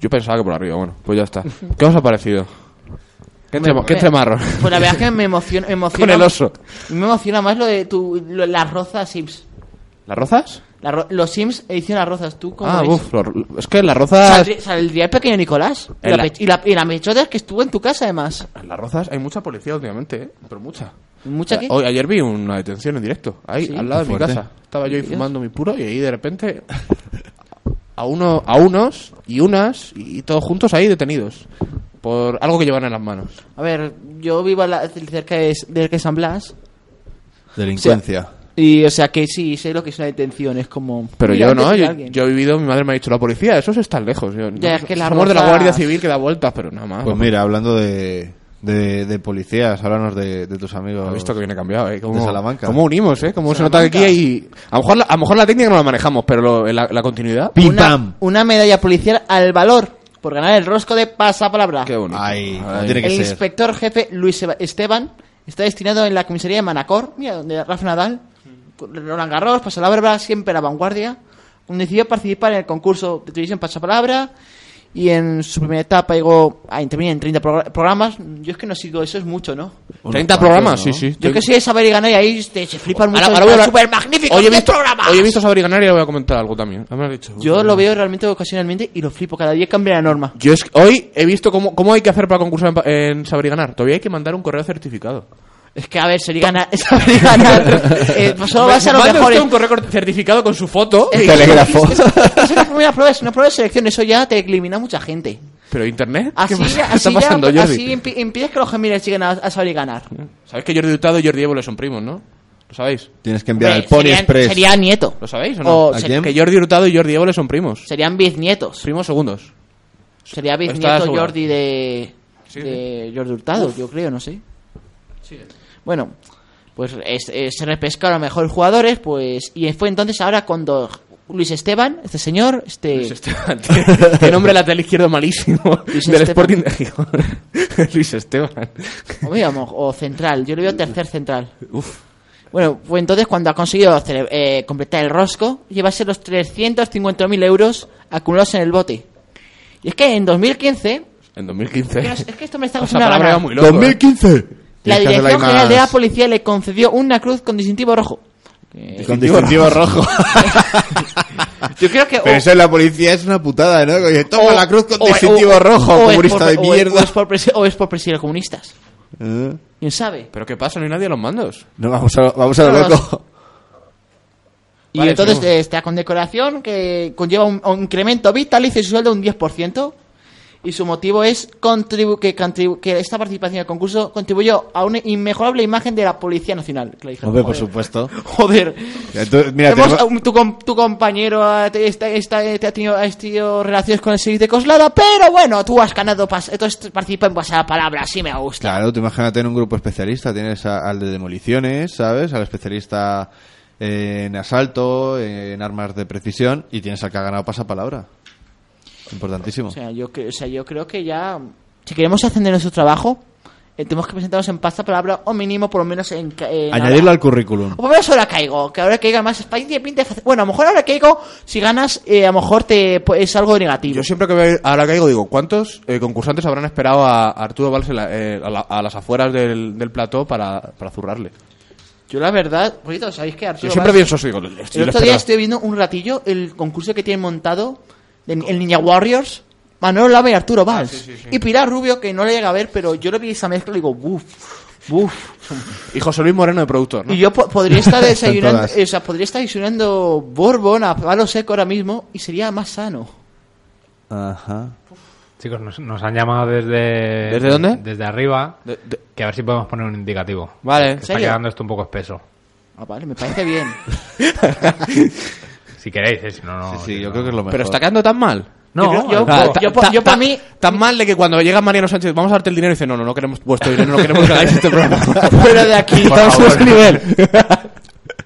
Speaker 5: Yo pensaba que por arriba, bueno, pues ya está. ¿Qué os ha parecido? ¿Qué, entre, ¿qué
Speaker 3: me-
Speaker 5: entremarro?
Speaker 3: Pues la verdad es que me emociona, me emociona.
Speaker 5: [laughs] Con el oso.
Speaker 3: Me emociona más lo de tu, lo- las rozas Sims.
Speaker 5: ¿Las rozas?
Speaker 3: La ro- los Sims edición las rozas. ¿Tú cómo
Speaker 5: Ah,
Speaker 3: ves?
Speaker 5: uff, es que las rozas...
Speaker 3: Saldría, saldría el pequeño Nicolás. Y
Speaker 5: En
Speaker 3: la,
Speaker 5: la-
Speaker 3: pe- y la, y la mechota es que estuvo en tu casa, además.
Speaker 5: En las rozas hay mucha policía últimamente, ¿eh? Pero mucha.
Speaker 3: ¿Mucha qué?
Speaker 5: Hoy, ayer vi una detención en directo, ahí,
Speaker 3: Sí,
Speaker 5: al lado
Speaker 2: qué
Speaker 5: de mi
Speaker 2: fuerte.
Speaker 5: casa. Estaba yo ahí fumando mi puro y ahí de repente... A, uno, a unos y unas y todos juntos ahí detenidos. Por algo que llevan en las manos.
Speaker 3: A ver, yo vivo a la- cerca de, cerca de San Blas.
Speaker 2: Delincuencia.
Speaker 3: Y o sea que sí, sé lo que es una detención. Es como.
Speaker 5: Pero
Speaker 3: Mira,
Speaker 5: yo
Speaker 3: antes
Speaker 5: no,
Speaker 3: había
Speaker 5: yo,
Speaker 3: alguien.
Speaker 5: yo he vivido, mi madre me ha dicho, la policía, esos están lejos. Yo,
Speaker 3: Ya, es que las
Speaker 5: somos de la
Speaker 3: rozas-
Speaker 5: Guardia Civil que da vueltas, pero nada más.
Speaker 2: Pues mira, hablando de, de, de policías, háblanos de, de tus amigos.
Speaker 5: Ha visto que viene cambiado, ¿eh? Cómo,
Speaker 2: De Salamanca.
Speaker 5: cómo unimos, ¿eh? Cómo se nota que aquí hay... A lo mejor la, a lo mejor la técnica no la manejamos, pero lo- la, la continuidad...
Speaker 2: ¡Pim,
Speaker 3: Una,
Speaker 2: pam!
Speaker 3: una medalla policial al valor por ganar el rosco de pasapalabra.
Speaker 5: Qué bonito.
Speaker 2: Ay,
Speaker 5: Ay.
Speaker 2: como tiene que
Speaker 3: El
Speaker 2: ser.
Speaker 3: inspector jefe Luis Eba- Esteban está destinado en la comisaría de Manacor, mira, donde Rafa Nadal, Roland Garros, Pasapalabra, siempre a la vanguardia. donde Decidió participar en el concurso de televisión Pasapalabra y en su primera etapa llegó a intervenir en 30 progr- programas. Yo es que no sigo, eso es mucho, ¿no?
Speaker 2: Unos
Speaker 5: 30
Speaker 2: cuantos,
Speaker 5: programas,
Speaker 2: ¿no?
Speaker 5: sí, sí.
Speaker 3: Yo es que sí de saber y ganar y ahí te- se flipan mucho.
Speaker 5: Ahora- ahora voy a hablar-
Speaker 3: super magnífico,
Speaker 5: Hoy he visto,
Speaker 3: programas!
Speaker 5: hoy he visto saber y ganar y ahora voy a comentar algo también. Ya me lo has dicho.
Speaker 3: Yo lo veo realmente ocasionalmente y lo flipo, cada día cambia la norma.
Speaker 5: Yo es- hoy he visto cómo, cómo hay que hacer para concursar en, pa- en saber y ganar. Todavía hay que mandar un correo certificado.
Speaker 3: Es que, a ver, se ligan a... [laughs] Se ligan a eh, pues solo vas a los
Speaker 5: Mande usted
Speaker 3: mejores.
Speaker 5: un correo certificado con
Speaker 3: [laughs]
Speaker 5: su foto.
Speaker 3: Es que-
Speaker 2: Telégrafo.
Speaker 3: es- es- Eso no es una prueba, es una prueba de selección. Eso ya te elimina mucha gente.
Speaker 5: Pero internet.
Speaker 3: Así,
Speaker 5: ¿Qué pasa? ¿Qué
Speaker 3: así,
Speaker 5: está pasando,
Speaker 3: ya,
Speaker 5: Jordi?
Speaker 3: así impi- impides que los gemelos lleguen a, a saber ganar.
Speaker 5: ¿Sabéis que Jordi Hurtado y Jordi Évole son primos, no? ¿Lo sabéis?
Speaker 2: Tienes que enviar
Speaker 3: Hombre,
Speaker 2: al Pony
Speaker 3: serían-
Speaker 2: Express.
Speaker 3: Sería nieto.
Speaker 5: ¿Lo sabéis o no?
Speaker 3: O
Speaker 2: ¿A
Speaker 3: se-
Speaker 2: quién?
Speaker 5: Que Jordi Hurtado y Jordi Évole son primos.
Speaker 3: Serían bisnietos.
Speaker 5: Primos segundos.
Speaker 3: Sería
Speaker 5: Está
Speaker 3: bisnieto
Speaker 5: asegurado.
Speaker 3: Jordi de,
Speaker 5: Sí,
Speaker 3: de Jordi Hurtado, yo creo, no sé. Bueno, pues es- es- se repescaron mejores jugadores, pues y fue entonces ahora cuando Luis Esteban, este señor, este
Speaker 5: Luis
Speaker 2: [laughs]
Speaker 5: Esteban, tío. Qué nombre lateral izquierdo malísimo.
Speaker 3: Luis
Speaker 5: del
Speaker 3: Esteban.
Speaker 5: Sporting de Gijón. [laughs] Luis Esteban.
Speaker 3: o, digamos, o central, yo le veo tercer central. Bueno, pues entonces cuando ha conseguido cele- eh, completar el rosco, llevarse los 350.000 euros acumulados en el bote. Y es que en 2015,
Speaker 5: En
Speaker 3: es que
Speaker 5: 2015.
Speaker 3: no- es que esto me está
Speaker 5: O sea,
Speaker 3: gustando
Speaker 5: palabra
Speaker 3: ganar.
Speaker 5: muy loco. ¿eh?
Speaker 2: 2015.
Speaker 3: La
Speaker 2: Tienes que hacerla ahí
Speaker 3: Dirección General de la
Speaker 2: más-
Speaker 3: Policía le concedió una cruz con distintivo rojo. Eh,
Speaker 2: Con distintivo rojo.
Speaker 3: yo creo que o-
Speaker 2: Pero eso en la policía es una putada, ¿no? Oye, toma
Speaker 3: o-
Speaker 2: la cruz con
Speaker 3: o-
Speaker 2: distintivo
Speaker 3: o-
Speaker 2: rojo,
Speaker 3: o es
Speaker 2: comunista
Speaker 3: por-
Speaker 2: de
Speaker 3: o es- O
Speaker 2: mierda.
Speaker 3: es por, presi- o es por presidir a comunistas.
Speaker 2: [laughs] Eh,
Speaker 3: ¿Quién sabe?
Speaker 5: Pero ¿qué pasa? No hay nadie a los mandos.
Speaker 2: No, vamos a, vamos a lo
Speaker 3: No, no,
Speaker 2: loco.
Speaker 3: Y
Speaker 5: Vale,
Speaker 3: entonces
Speaker 5: seguimos.
Speaker 3: eh, esta condecoración que conlleva un, un incremento vitalicio y su sueldo de un 10%. Y su motivo es contribu- que, contribu- que esta participación en el concurso contribuyó a una inmejorable imagen de la Policía Nacional. que lo dijeron.
Speaker 2: Hombre, por
Speaker 3: Joder.
Speaker 2: supuesto.
Speaker 3: Joder.
Speaker 2: Ya, tú- mira,
Speaker 3: Hemos-
Speaker 2: tenemos-
Speaker 3: tu, com- tu compañero ha- te, está- está- te este ha, tenido, has tenido relaciones con el servicio de Coslada, pero bueno, tú has ganado. pas- Entonces participa en palabra, así me gusta.
Speaker 2: Claro, tú imagínate en un grupo especialista. Tienes a- al de demoliciones, ¿sabes? Al especialista eh, en asalto, eh, en armas de precisión. Y tienes al que ha ganado pasapalabra. Importantísimo.
Speaker 3: O sea, yo, cre- o sea, yo creo que ya. Si queremos ascender nuestro trabajo, eh, tenemos que presentarnos en pasta palabra o mínimo, por lo menos en. ca- en
Speaker 2: Añadirlo
Speaker 3: ahora-
Speaker 2: al currículum.
Speaker 3: O por lo menos ahora caigo, que ahora caiga más España y pinta fácil. Bueno, a lo mejor ahora caigo, si ganas, eh, a lo mejor te pues, es algo negativo.
Speaker 5: Yo siempre que veo ahora caigo digo, ¿cuántos eh, concursantes habrán esperado a Arturo Valls en la- eh, a, la- a las afueras del, del plató para, para zurrarle?
Speaker 3: Yo, la verdad, por cierto, sabéis que Arturo.
Speaker 5: Yo siempre
Speaker 3: Valls-
Speaker 5: pienso eso, digo, le-
Speaker 3: El
Speaker 5: le- le
Speaker 3: otro día
Speaker 5: esperaba.
Speaker 3: estoy viendo un ratillo el concurso que tienen montado de- el Ninja Warriors. Manuel Lava y Arturo Valls. Y Pilar Rubio, que no le llega a ver, pero yo le vi esa mezcla y digo, buf, buf.
Speaker 5: Y José Luis Moreno de productor, ¿no?
Speaker 3: Y yo po- podría
Speaker 2: [laughs]
Speaker 3: estar desayunando,
Speaker 2: todas.
Speaker 3: o sea, podría estar desayunando Borbón a palo seco ahora mismo y sería más sano.
Speaker 2: Ajá.
Speaker 1: Chicos, nos, nos han llamado desde...
Speaker 5: ¿Desde dónde?
Speaker 1: Desde arriba.
Speaker 5: De- de-
Speaker 1: Que a ver si podemos poner un indicativo.
Speaker 5: Vale.
Speaker 1: Que
Speaker 3: ¿En
Speaker 1: está
Speaker 3: serio?
Speaker 1: quedando esto un poco espeso.
Speaker 3: Ah, vale, me parece bien.
Speaker 2: [laughs]
Speaker 3: [laughs]
Speaker 1: Si queréis, eh, si no, no.
Speaker 2: Sí,
Speaker 1: si
Speaker 2: sí, yo
Speaker 1: no-
Speaker 2: creo que es lo mejor.
Speaker 5: Pero está quedando tan mal.
Speaker 1: No,
Speaker 3: Yo creo- yo-
Speaker 1: tampoco.
Speaker 5: ta-
Speaker 3: por-
Speaker 5: ta-
Speaker 3: yo por
Speaker 5: ta-
Speaker 3: mí-
Speaker 5: Tan mal de que cuando llega Mariano Sánchez, vamos a darte el dinero y dice, no, no, no queremos vuestro dinero, no queremos que hagáis este [laughs] programa.
Speaker 3: Fuera de aquí,
Speaker 5: Por
Speaker 3: estamos en
Speaker 5: favor.
Speaker 3: ese nivel.
Speaker 2: [laughs]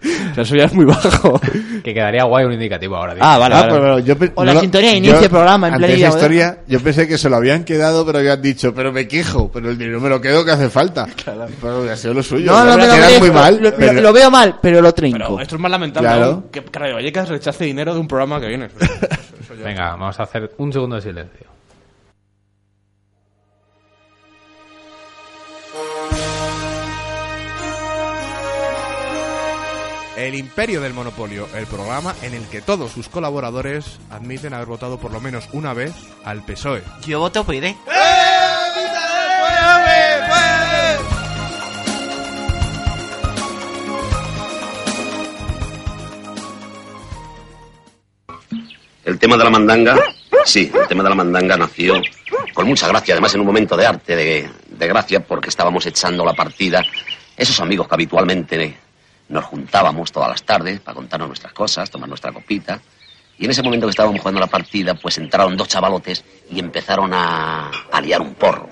Speaker 5: O sea, eso ya es muy bajo.
Speaker 1: que quedaría guay un indicativo ahora. tío.
Speaker 5: Ah, vale,
Speaker 2: Ah,
Speaker 5: vale.
Speaker 2: pero bueno, yo pe-
Speaker 3: O la
Speaker 2: lo-
Speaker 3: sintonía de inicio del programa, en
Speaker 2: ante
Speaker 3: plan
Speaker 2: esa
Speaker 3: idea,
Speaker 2: historia, yo pensé que se lo habían quedado, pero habían dicho, pero me quejo, pero el dinero me lo quedo que hace
Speaker 3: [laughs]
Speaker 2: falta. Pero hubiera sido lo suyo.
Speaker 3: No, no me lo
Speaker 2: Quedan
Speaker 3: merezco.
Speaker 2: muy mal.
Speaker 3: Lo, lo-
Speaker 2: pero-
Speaker 3: lo veo mal, pero lo trinco.
Speaker 5: Pero esto es más lamentable
Speaker 2: Claro.
Speaker 5: aún que Radio Vallecas rechace dinero de un programa que [laughs] viene.
Speaker 1: Venga, vamos a hacer un segundo de silencio.
Speaker 7: El Imperio del Monopolio, el programa en el que todos sus colaboradores admiten haber votado por lo menos una vez al PSOE.
Speaker 5: E.
Speaker 8: Yo voto PD.
Speaker 5: ¡Eh,
Speaker 4: El tema de la mandanga, sí, el tema de la mandanga nació con mucha gracia, además en un momento de arte, de, de gracia, porque estábamos echando la partida. Esos amigos que habitualmente nos juntábamos todas las tardes para contarnos nuestras cosas, tomar nuestra copita. Y en ese momento que estábamos jugando la partida, pues entraron dos chavalotes y empezaron a, a liar un porro.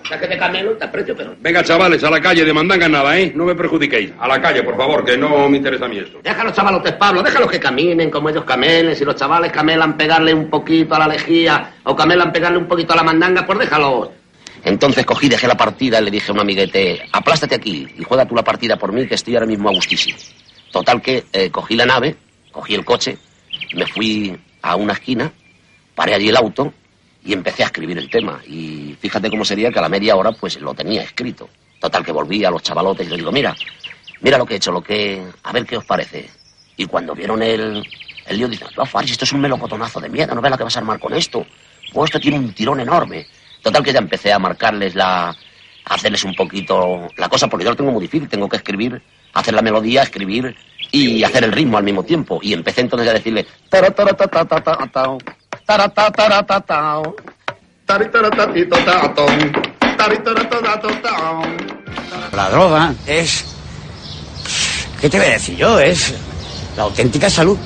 Speaker 9: Venga, chavales, a la calle, de mandanga nada, ¿eh? No me perjudiquéis. A la calle, por favor, que no me interesa a mí eso.
Speaker 4: Deja a los chavalotes, Pablo, déjalos que caminen como ellos camelen. Si los chavales camelan pegarle un poquito a la lejía o camelan pegarle un poquito a la mandanga, pues déjalos. Entonces cogí, dejé la partida y le dije a un amiguete, aplástate aquí y juega tú la partida por mí que estoy ahora mismo a gustísimo. Total que eh, cogí la nave, cogí el coche, me fui a una esquina, paré allí el auto y empecé a escribir el tema. Y fíjate cómo sería que a la media hora pues lo tenía escrito. Total que volví a los chavalotes y les digo, mira, mira lo que he hecho, lo que... A ver qué os parece. Y cuando vieron el, el lío, dicen, no, Faris, esto es un melocotonazo de mierda, no ves la que vas a armar con esto. Pues esto tiene un tirón enorme. Total que ya empecé a marcarles la, hacerles un poquito la cosa, porque yo lo tengo muy difícil, tengo que escribir, hacer la melodía, escribir y hacer el ritmo al mismo tiempo. Y empecé entonces a decirle... tara, tara, ta, ta, ta, ta, tao, tara, ta, tara, ta, tao, tari, tara, ta, ti, ta, ta, tom, tari, tara, ta, ta, ta, tao.
Speaker 8: La droga es... ¿Qué te voy a decir yo? Es la auténtica salud.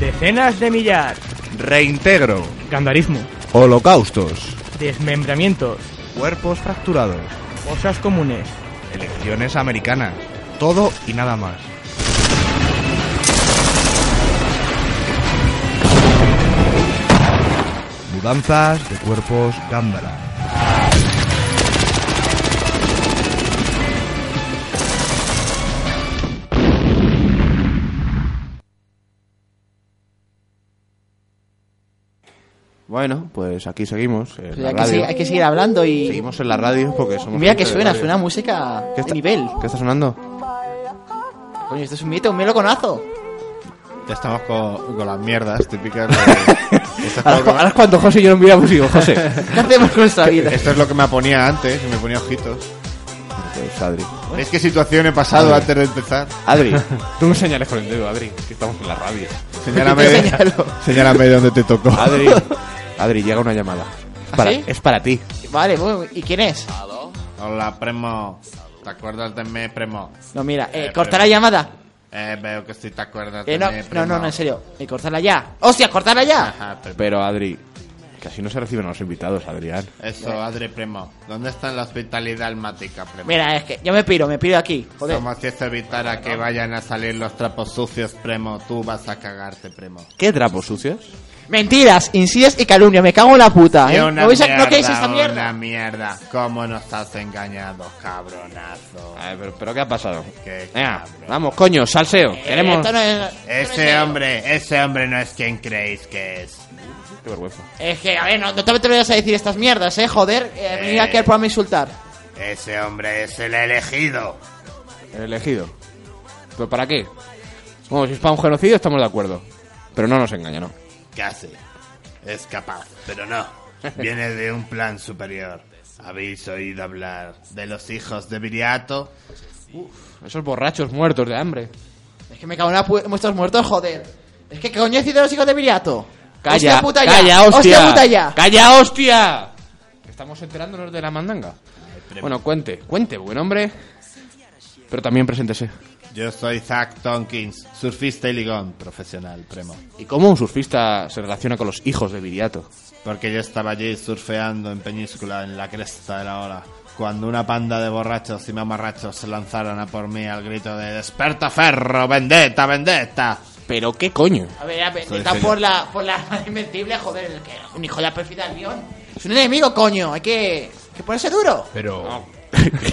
Speaker 10: Decenas de millar.
Speaker 7: Reintegro.
Speaker 10: Gandarismo.
Speaker 7: Holocaustos.
Speaker 10: Desmembramientos.
Speaker 7: Cuerpos fracturados.
Speaker 10: Cosas comunes.
Speaker 7: Elecciones americanas. Todo y nada más. Mudanzas de cuerpos gándara.
Speaker 5: Bueno, pues aquí seguimos. En
Speaker 3: Pues
Speaker 5: la
Speaker 3: hay, que
Speaker 5: radio.
Speaker 3: seguir, hay que seguir hablando y.
Speaker 5: Seguimos en la radio porque somos.
Speaker 3: Mira que
Speaker 5: gente de
Speaker 3: suena,
Speaker 5: radio.
Speaker 3: suena música
Speaker 5: ¿Qué
Speaker 3: de
Speaker 5: está-
Speaker 3: nivel.
Speaker 5: ¿Qué está sonando?
Speaker 3: Coño, esto es un mito, un meloconazo.
Speaker 2: Ya estamos con, con las mierdas típicas. [laughs] de- Esto es
Speaker 5: Ahora,
Speaker 2: como-
Speaker 5: ahora es cuando José y yo nos miramos y digo, [laughs] José.
Speaker 3: [laughs] ¿Qué hacemos con nuestra vida?
Speaker 2: [laughs] Esto es lo que me ponía antes, y me ponía ojitos.
Speaker 5: Pues, Adri.
Speaker 2: ¿Veis qué situación he pasado antes de empezar?
Speaker 5: Adri, tú me señales con el dedo, Adri, que estamos en la radio.
Speaker 2: Señálame, señálame dónde te tocó.
Speaker 5: Adri, Adri, llega una llamada. Es para-
Speaker 3: ¿Ah, sí?
Speaker 5: Es para ti.
Speaker 3: Vale, bueno, ¿y quién es?
Speaker 2: Hola, primo. ¿Te acuerdas de mí, primo?
Speaker 3: No, mira, eh,
Speaker 2: Eh,
Speaker 3: cortar
Speaker 2: pero-
Speaker 3: la llamada.
Speaker 2: Eh, veo que sí te acuerdas
Speaker 3: Eh,
Speaker 2: de
Speaker 3: no,
Speaker 2: mí,
Speaker 3: no,
Speaker 2: primo. Ah, pues,
Speaker 3: no, no, en serio. Eh, cortarla ya. ¡Hostia, cortarla ya!
Speaker 2: Ajá, primo.
Speaker 5: Pero Adri, que así no se reciben los invitados, Adrián.
Speaker 2: Eso, Adri, primo. ¿Dónde está la hospitalidad almática, primo?
Speaker 3: Mira, es que yo me piro, me piro aquí. Joder.
Speaker 2: Como si esto evitara que vayan a salir los trapos sucios, primo. Tú vas a cagarte, primo.
Speaker 5: ¿Qué trapos sucios?
Speaker 3: Mentiras, insidias y calumnia, me cago en la puta.
Speaker 2: Y
Speaker 3: ¿eh?
Speaker 2: una
Speaker 3: ¿No, veis a-
Speaker 2: mierda,
Speaker 3: no queréis esta
Speaker 2: Una
Speaker 3: mierda?
Speaker 2: mierda. ¿Cómo nos has engañado, cabronazo?
Speaker 5: A ver, pero, pero ¿qué ha pasado?
Speaker 2: Qué
Speaker 5: Venga,
Speaker 2: cabrón.
Speaker 5: vamos, coño, salseo.
Speaker 3: Eh,
Speaker 5: Queremos.
Speaker 3: esto no es- esto no es
Speaker 2: Ese
Speaker 3: serio.
Speaker 2: hombre, ese hombre no es quien creéis que es.
Speaker 5: Qué vergüenza.
Speaker 3: Es que, a ver, no, no te atreves a decir estas mierdas, eh, joder. Eh, venir aquí al programa a insultar.
Speaker 2: Ese hombre es el elegido.
Speaker 5: El elegido. ¿Pero para qué? Bueno, si es para un genocidio, estamos de acuerdo. Pero no nos engaña, ¿no?
Speaker 2: Casi. Es capaz,
Speaker 3: [laughs]
Speaker 2: pero no. Viene de un plan superior. ¿Habéis oído hablar de los hijos de Viriato?
Speaker 5: Esos borrachos muertos de hambre.
Speaker 3: Es que me cago en la pu- en vuestros muertos, joder. Es que, ¿qué coño he decidido de los hijos de Viriato?
Speaker 5: Calla,
Speaker 3: hostia puta ya.
Speaker 5: calla, hostia.
Speaker 3: puta ya.
Speaker 5: Calla, hostia. Estamos enterándonos de la mandanga. Bueno, cuente, cuente, buen hombre. Pero también preséntese.
Speaker 2: Yo soy Zach Tonkins, surfista y ligón profesional, primo.
Speaker 5: ¿Y cómo un surfista se relaciona con los hijos de Viriato?
Speaker 2: Porque yo estaba allí surfeando en Peñíscula, en la cresta de la ola, cuando una panda de borrachos y mamarrachos se lanzaron a por mí al grito de ¡Desperta ferro! ¡Vendetta, vendetta!
Speaker 5: ¿Pero qué coño?
Speaker 3: A ver, a ver,
Speaker 2: Soy
Speaker 3: está
Speaker 2: genio.
Speaker 3: por la, por la [laughs] invencible, joder, el que un hijo de la perfida del guión. Es un enemigo, coño, hay que, que ponerse duro.
Speaker 1: Pero.
Speaker 5: [laughs]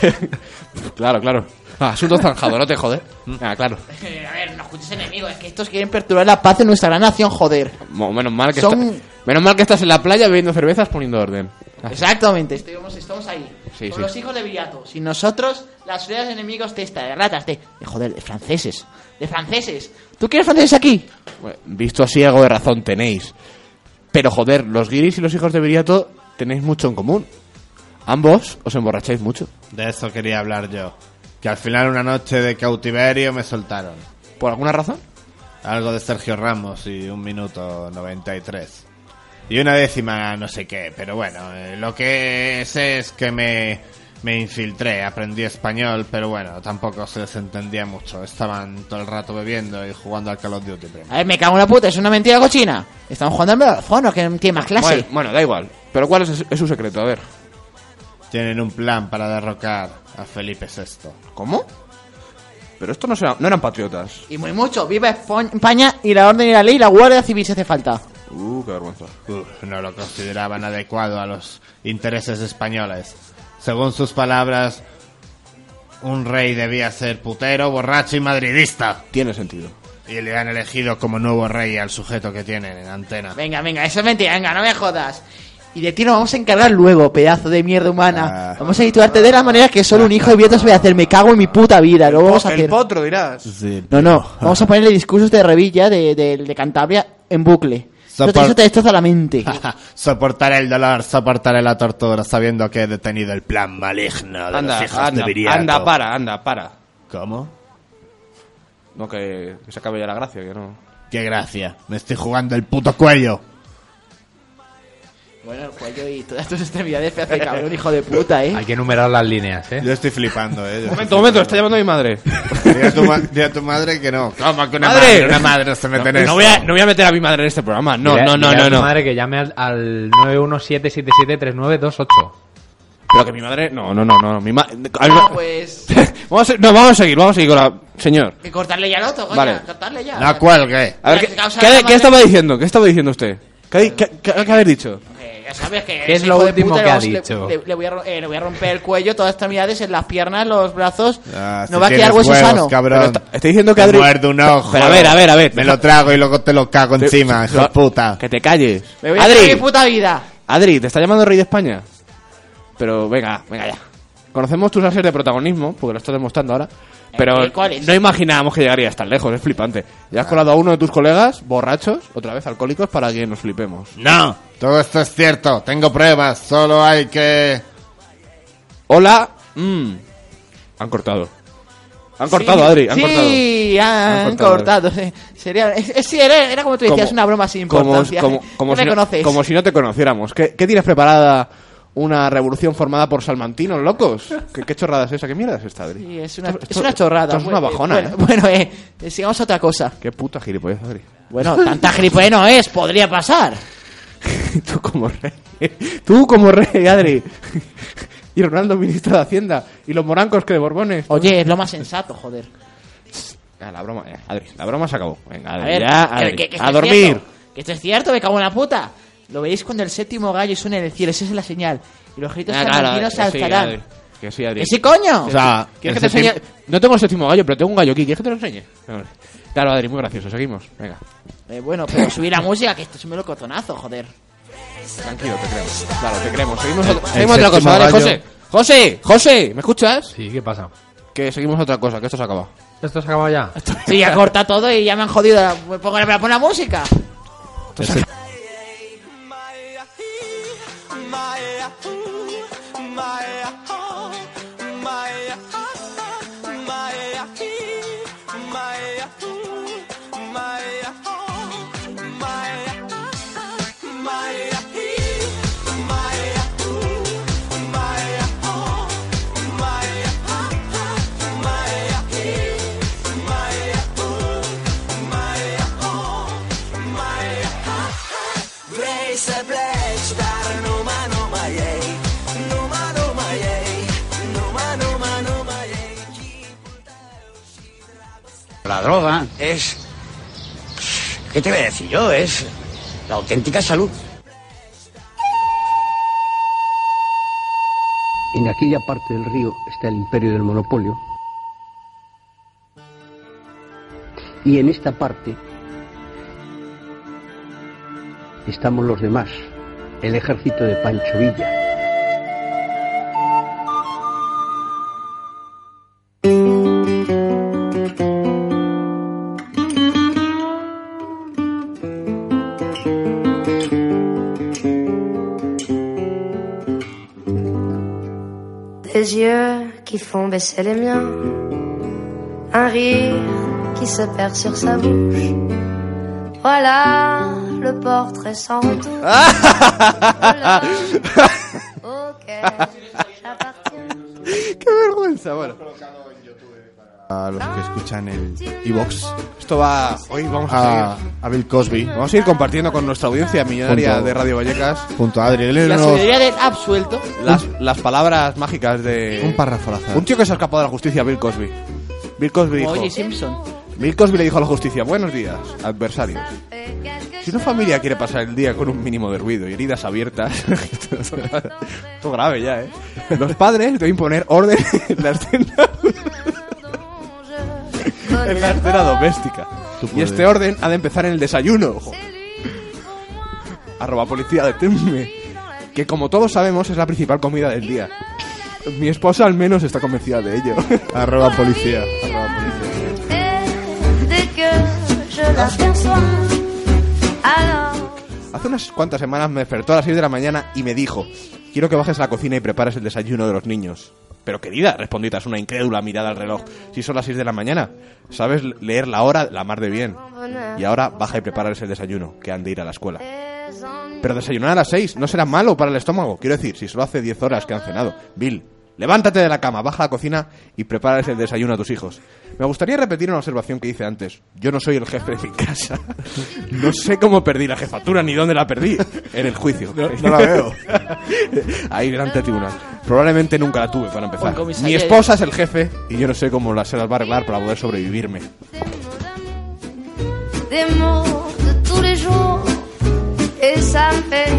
Speaker 5: claro, claro. Ah, asunto zanjado, no te jode. Ah, claro.
Speaker 3: Eh, a ver, no escuches enemigo, es que estos quieren perturbar la paz de nuestra gran nación, joder.
Speaker 5: Mo- Menos mal que
Speaker 3: Son-
Speaker 5: está- menos mal que estás en la playa bebiendo cervezas poniendo orden. Ah,
Speaker 3: Exactamente, estamos, estamos ahí.
Speaker 5: Sí,
Speaker 3: con
Speaker 5: sí.
Speaker 3: los hijos de Viriato. Sin nosotros, las ciudades enemigos de esta, de ratas, de, de, joder, de franceses. De franceses. ¿Tú quieres franceses aquí?
Speaker 5: bueno, visto así algo de razón tenéis. Pero joder, los guiris y los hijos de Viriato tenéis mucho en común. Ambos os emborracháis mucho.
Speaker 2: De eso quería hablar yo. Que al final una noche de cautiverio me soltaron.
Speaker 5: ¿Por alguna razón?
Speaker 2: Algo de Sergio Ramos y un minuto 93. Y una décima no sé qué, pero bueno, eh, lo que sé es que me, me infiltré, aprendí español, pero bueno, tampoco se les entendía mucho. Estaban todo el rato bebiendo y jugando al Call of Duty. primo.
Speaker 3: A ver, me cago en la puta, es una mentira cochina. Estamos jugando al megafono, que tiene más clase.
Speaker 5: Bueno, bueno, da igual. Pero ¿cuál es, es su secreto? A ver.
Speaker 2: Tienen un plan para derrocar a Felipe VI.
Speaker 5: ¿Cómo? Pero esto no, será- no eran patriotas.
Speaker 3: Y muy mucho, viva Espo- España y la orden y la ley y la guardia civil si hace falta.
Speaker 5: Uh, qué vergüenza.
Speaker 2: Uf, no lo consideraban adecuado a los intereses españoles. Según sus palabras, un rey debía ser putero, borracho y madridista.
Speaker 5: Tiene sentido.
Speaker 2: Y le han elegido como nuevo rey al sujeto que tienen en antena. [laughs]
Speaker 3: Venga, venga, eso es mentira, venga, no me jodas. Y de ti nos vamos a encargar luego, pedazo de mierda humana. Vamos a situarte de la manera que solo un hijo de Vietas voy a hacer. Me cago en mi puta vida. Luego vamos a
Speaker 7: El
Speaker 3: hacer.
Speaker 7: potro, dirás.
Speaker 3: No, no. Vamos a ponerle discursos de Revilla, de, de, de Cantabria, en bucle. Eso te,
Speaker 2: Sopor-
Speaker 3: eso te destroza la mente.
Speaker 2: Soportaré el dolor, soportaré la tortura, sabiendo que he detenido el plan maligno de
Speaker 5: Anda,
Speaker 2: los hijos de
Speaker 5: anda,
Speaker 2: Viriato.
Speaker 5: anda, para, anda, para.
Speaker 2: ¿Cómo?
Speaker 5: No, que, que se acabe ya la gracia, que no.
Speaker 2: ¡Qué gracia! Me estoy jugando el puto cuello.
Speaker 3: Bueno, el cuello y todas tus extremidades, pedazo de cabrón, hijo de puta, eh.
Speaker 1: Hay que enumerar las líneas, ¿eh?
Speaker 2: Yo estoy flipando, eh.
Speaker 5: Momento, momento, está llamando mi madre.
Speaker 2: Dile a, tu ma- dile a tu madre que no. Calma, que una madre, una madre no se mete en
Speaker 5: no,
Speaker 2: esto.
Speaker 5: voy a, no voy a meter a mi madre en este programa. No,
Speaker 1: Dile-
Speaker 5: no, no,
Speaker 1: dile a
Speaker 5: no,
Speaker 1: tu
Speaker 5: no.
Speaker 1: madre que llame al, al 917773928.
Speaker 5: Pero que mi madre. No, no, no, no. Mi ma- a mi ma-
Speaker 3: No, pues.
Speaker 5: [laughs] vamos a- no, vamos a seguir, vamos a seguir con la. Señor.
Speaker 3: Que cortarle ya el otro, coño.
Speaker 5: Vale.
Speaker 3: Cortarle ya.
Speaker 2: No cuelgue.
Speaker 5: A ver,
Speaker 3: La
Speaker 5: ¿qué,
Speaker 3: causa
Speaker 5: qué-
Speaker 3: de la
Speaker 5: qué estaba
Speaker 3: madre-
Speaker 5: diciendo? ¿Qué estaba diciendo usted? ¿Qué, qué, qué- qué haber dicho?
Speaker 3: Eh, ya sabes que
Speaker 1: ¿Qué es
Speaker 3: ese
Speaker 1: lo
Speaker 3: hijo de
Speaker 1: último
Speaker 3: puta
Speaker 1: que ha
Speaker 3: le-
Speaker 1: dicho?
Speaker 3: Le, le voy a, ro- eh, le voy a romper el cuello, todas las extremidades, en las piernas, los brazos.
Speaker 2: Ah,
Speaker 3: no
Speaker 2: si
Speaker 3: va a quedar
Speaker 2: tienes
Speaker 3: hueso
Speaker 2: huevos,
Speaker 3: sano.
Speaker 2: cabrón.
Speaker 5: Pero está- estoy diciendo que
Speaker 2: Te
Speaker 5: Adri-
Speaker 2: muerde un ojo.
Speaker 5: Pero a ver, a ver, a ver.
Speaker 2: Me lo trago y luego te lo cago
Speaker 5: Te-
Speaker 2: encima,
Speaker 5: te-
Speaker 2: hijo de puta.
Speaker 5: Que te calles.
Speaker 3: Me voy a
Speaker 5: Adri,
Speaker 3: hacer mi puta vida.
Speaker 5: Adri, te está llamando Rey de España. Pero venga, venga ya. Conocemos tus ases de protagonismo, porque lo estás demostrando ahora. Pero
Speaker 3: Eh, ¿cuáles?
Speaker 5: no imaginábamos que llegarías tan lejos, es flipante. Ya
Speaker 3: Ah.
Speaker 5: has colado a uno de tus colegas, borrachos, otra vez alcohólicos, para que nos flipemos.
Speaker 2: No. Todo esto es cierto. Tengo pruebas. Solo hay que...
Speaker 5: Hola. mm. Han cortado. Han cortado,
Speaker 3: Sí,
Speaker 5: Adri, han
Speaker 3: sí,
Speaker 5: cortado.
Speaker 3: han,
Speaker 5: Han cortado.
Speaker 3: cortado. sí. [laughs] Sería, es- es- sí, era, era como tú decías, una broma sin importancia.
Speaker 5: Como, como
Speaker 3: No
Speaker 5: si
Speaker 3: me
Speaker 5: no,
Speaker 3: conoces.
Speaker 5: como si no te conociéramos. ¿Qué, qué tienes preparada? ¿Una revolución formada por salmantinos locos? ¿Qué, qué chorrada es esa? ¿Qué mierda es esta, Adri?
Speaker 3: Sí, es, una,
Speaker 5: Esto-
Speaker 3: es una
Speaker 5: esto-
Speaker 3: chorrada.
Speaker 5: esto es una
Speaker 3: Bueno,
Speaker 5: bajona,
Speaker 3: Bueno,
Speaker 5: ¿eh?
Speaker 3: bueno, eh, sigamos a otra cosa.
Speaker 5: Qué puta gilipollas, Adri. [laughs]
Speaker 3: Bueno, tanta gilipollez no es, podría pasar.
Speaker 5: Tú como rey. Tú como rey, Adri. [laughs] Y Ronaldo, ministro de Hacienda. Y los morancos que de Borbones.
Speaker 3: Oye, es lo más sensato, joder.
Speaker 5: Ah, la broma, eh, Adri. La broma se acabó. Venga,
Speaker 3: A
Speaker 5: Adri,
Speaker 3: ver,
Speaker 5: ya,
Speaker 3: a, ver,
Speaker 5: Adri.
Speaker 3: que- que esto
Speaker 5: a
Speaker 3: es
Speaker 5: dormir.
Speaker 3: cierto, que esto es cierto, me cago en la puta. Lo veréis cuando el séptimo gallo suene en el cielo, esa es la señal. Y los gritos
Speaker 5: Ah,
Speaker 3: salmantinos
Speaker 5: que sí,
Speaker 3: saltarán.
Speaker 5: Adri. Que sí, Adri.
Speaker 3: ¿Que sí, coño?
Speaker 5: O sea, ¿quieres que
Speaker 2: el
Speaker 5: te enseñe?
Speaker 2: séptimo-
Speaker 5: No tengo el séptimo gallo, pero tengo un gallo aquí. ¿Quieres que te lo enseñe? Vale. Claro, Adri, muy gracioso. Seguimos. Venga,
Speaker 3: Eh, bueno, pero subí la música, que esto es un melocotonazo,
Speaker 5: [laughs]
Speaker 3: joder.
Speaker 5: tranquilo, te creemos. Claro, te creemos. Seguimos, otra-
Speaker 2: el
Speaker 5: seguimos otra cosa,
Speaker 2: séptimo
Speaker 5: ¿vale?
Speaker 2: gallo-
Speaker 5: José, José, José, ¿me escuchas?
Speaker 1: Sí, ¿qué pasa?
Speaker 5: Que seguimos otra cosa, que esto se acaba.
Speaker 1: ¿Esto se ha acabado ya?
Speaker 3: Sí, ya corta todo y ya me han jodido. la- Me pongo la, me la- pon la música.
Speaker 8: La droga es... ¿Qué te voy a decir yo? Es la auténtica salud.
Speaker 11: En aquella parte del río está el imperio del monopolio. Y en esta parte estamos los demás, el ejército de Pancho Villa.
Speaker 12: Des yeux qui font baisser les miens, un rire qui se perd sur sa bouche. Voilà le portrait sans retour.
Speaker 2: [laughs]
Speaker 12: Voilà auquel
Speaker 5: ¡Qué vergüenza! Bueno,
Speaker 2: A los que escuchan el Evox.
Speaker 5: esto va. Hoy vamos a
Speaker 2: A,
Speaker 5: seguir.
Speaker 2: a Bill Cosby.
Speaker 5: Vamos a ir compartiendo con nuestra audiencia millonaria
Speaker 2: Punto.
Speaker 5: de Radio Vallecas
Speaker 2: Junto a Adri.
Speaker 3: La
Speaker 2: Léenos
Speaker 3: sabiduría del absuelto.
Speaker 5: las, las palabras mágicas de.
Speaker 2: un párrafo al azar.
Speaker 5: Un tío que se ha escapado de la justicia, Bill Cosby. Bill Cosby
Speaker 3: Como
Speaker 5: dijo,
Speaker 3: Oye, Simpson.
Speaker 5: Bill Cosby le dijo a la justicia, buenos días, adversarios.
Speaker 12: quelque
Speaker 5: Si una familia quiere pasar el día con un mínimo de ruido y heridas abiertas, [laughs] esto esto grave ya, ¿eh? Los padres deben poner orden en la escena, [laughs] en la escena doméstica. Y este orden ha de empezar en el desayuno. ojo. Arroba policía, deténme. que como todos sabemos es la principal comida del día. Mi esposa al menos está convencida de ello.
Speaker 2: Arroba policía. Arroba
Speaker 12: Et dès que je l'aperçois, alors
Speaker 5: Hace unas cuantas semanas me despertó a las 6 de la mañana y me dijo, quiero que bajes a la cocina y prepares el desayuno de los niños. Pero querida, respondí tras una incrédula mirada al reloj, si son las 6 de la mañana, sabes leer la hora la mar de bien. Y ahora baja y preparas el desayuno, que han de ir a la escuela. Pero desayunar a las 6 no será malo para el estómago, quiero decir, si solo hace 10 horas que han cenado. Bill, levántate de la cama, baja a la cocina y prepárales el desayuno a tus hijos. Me gustaría repetir una observación que hice antes. Yo no soy el jefe de mi casa. No sé cómo perdí la jefatura ni dónde la perdí. En el juicio.
Speaker 2: No- no la veo.
Speaker 5: [laughs] Ahí delante del tribunal. Probablemente nunca la tuve para empezar.
Speaker 3: Juan Comisaría.
Speaker 5: Mi esposa es el jefe y yo no sé cómo la se las va a arreglar para poder sobrevivirme.
Speaker 12: des mots de tous les jours, et ça me fait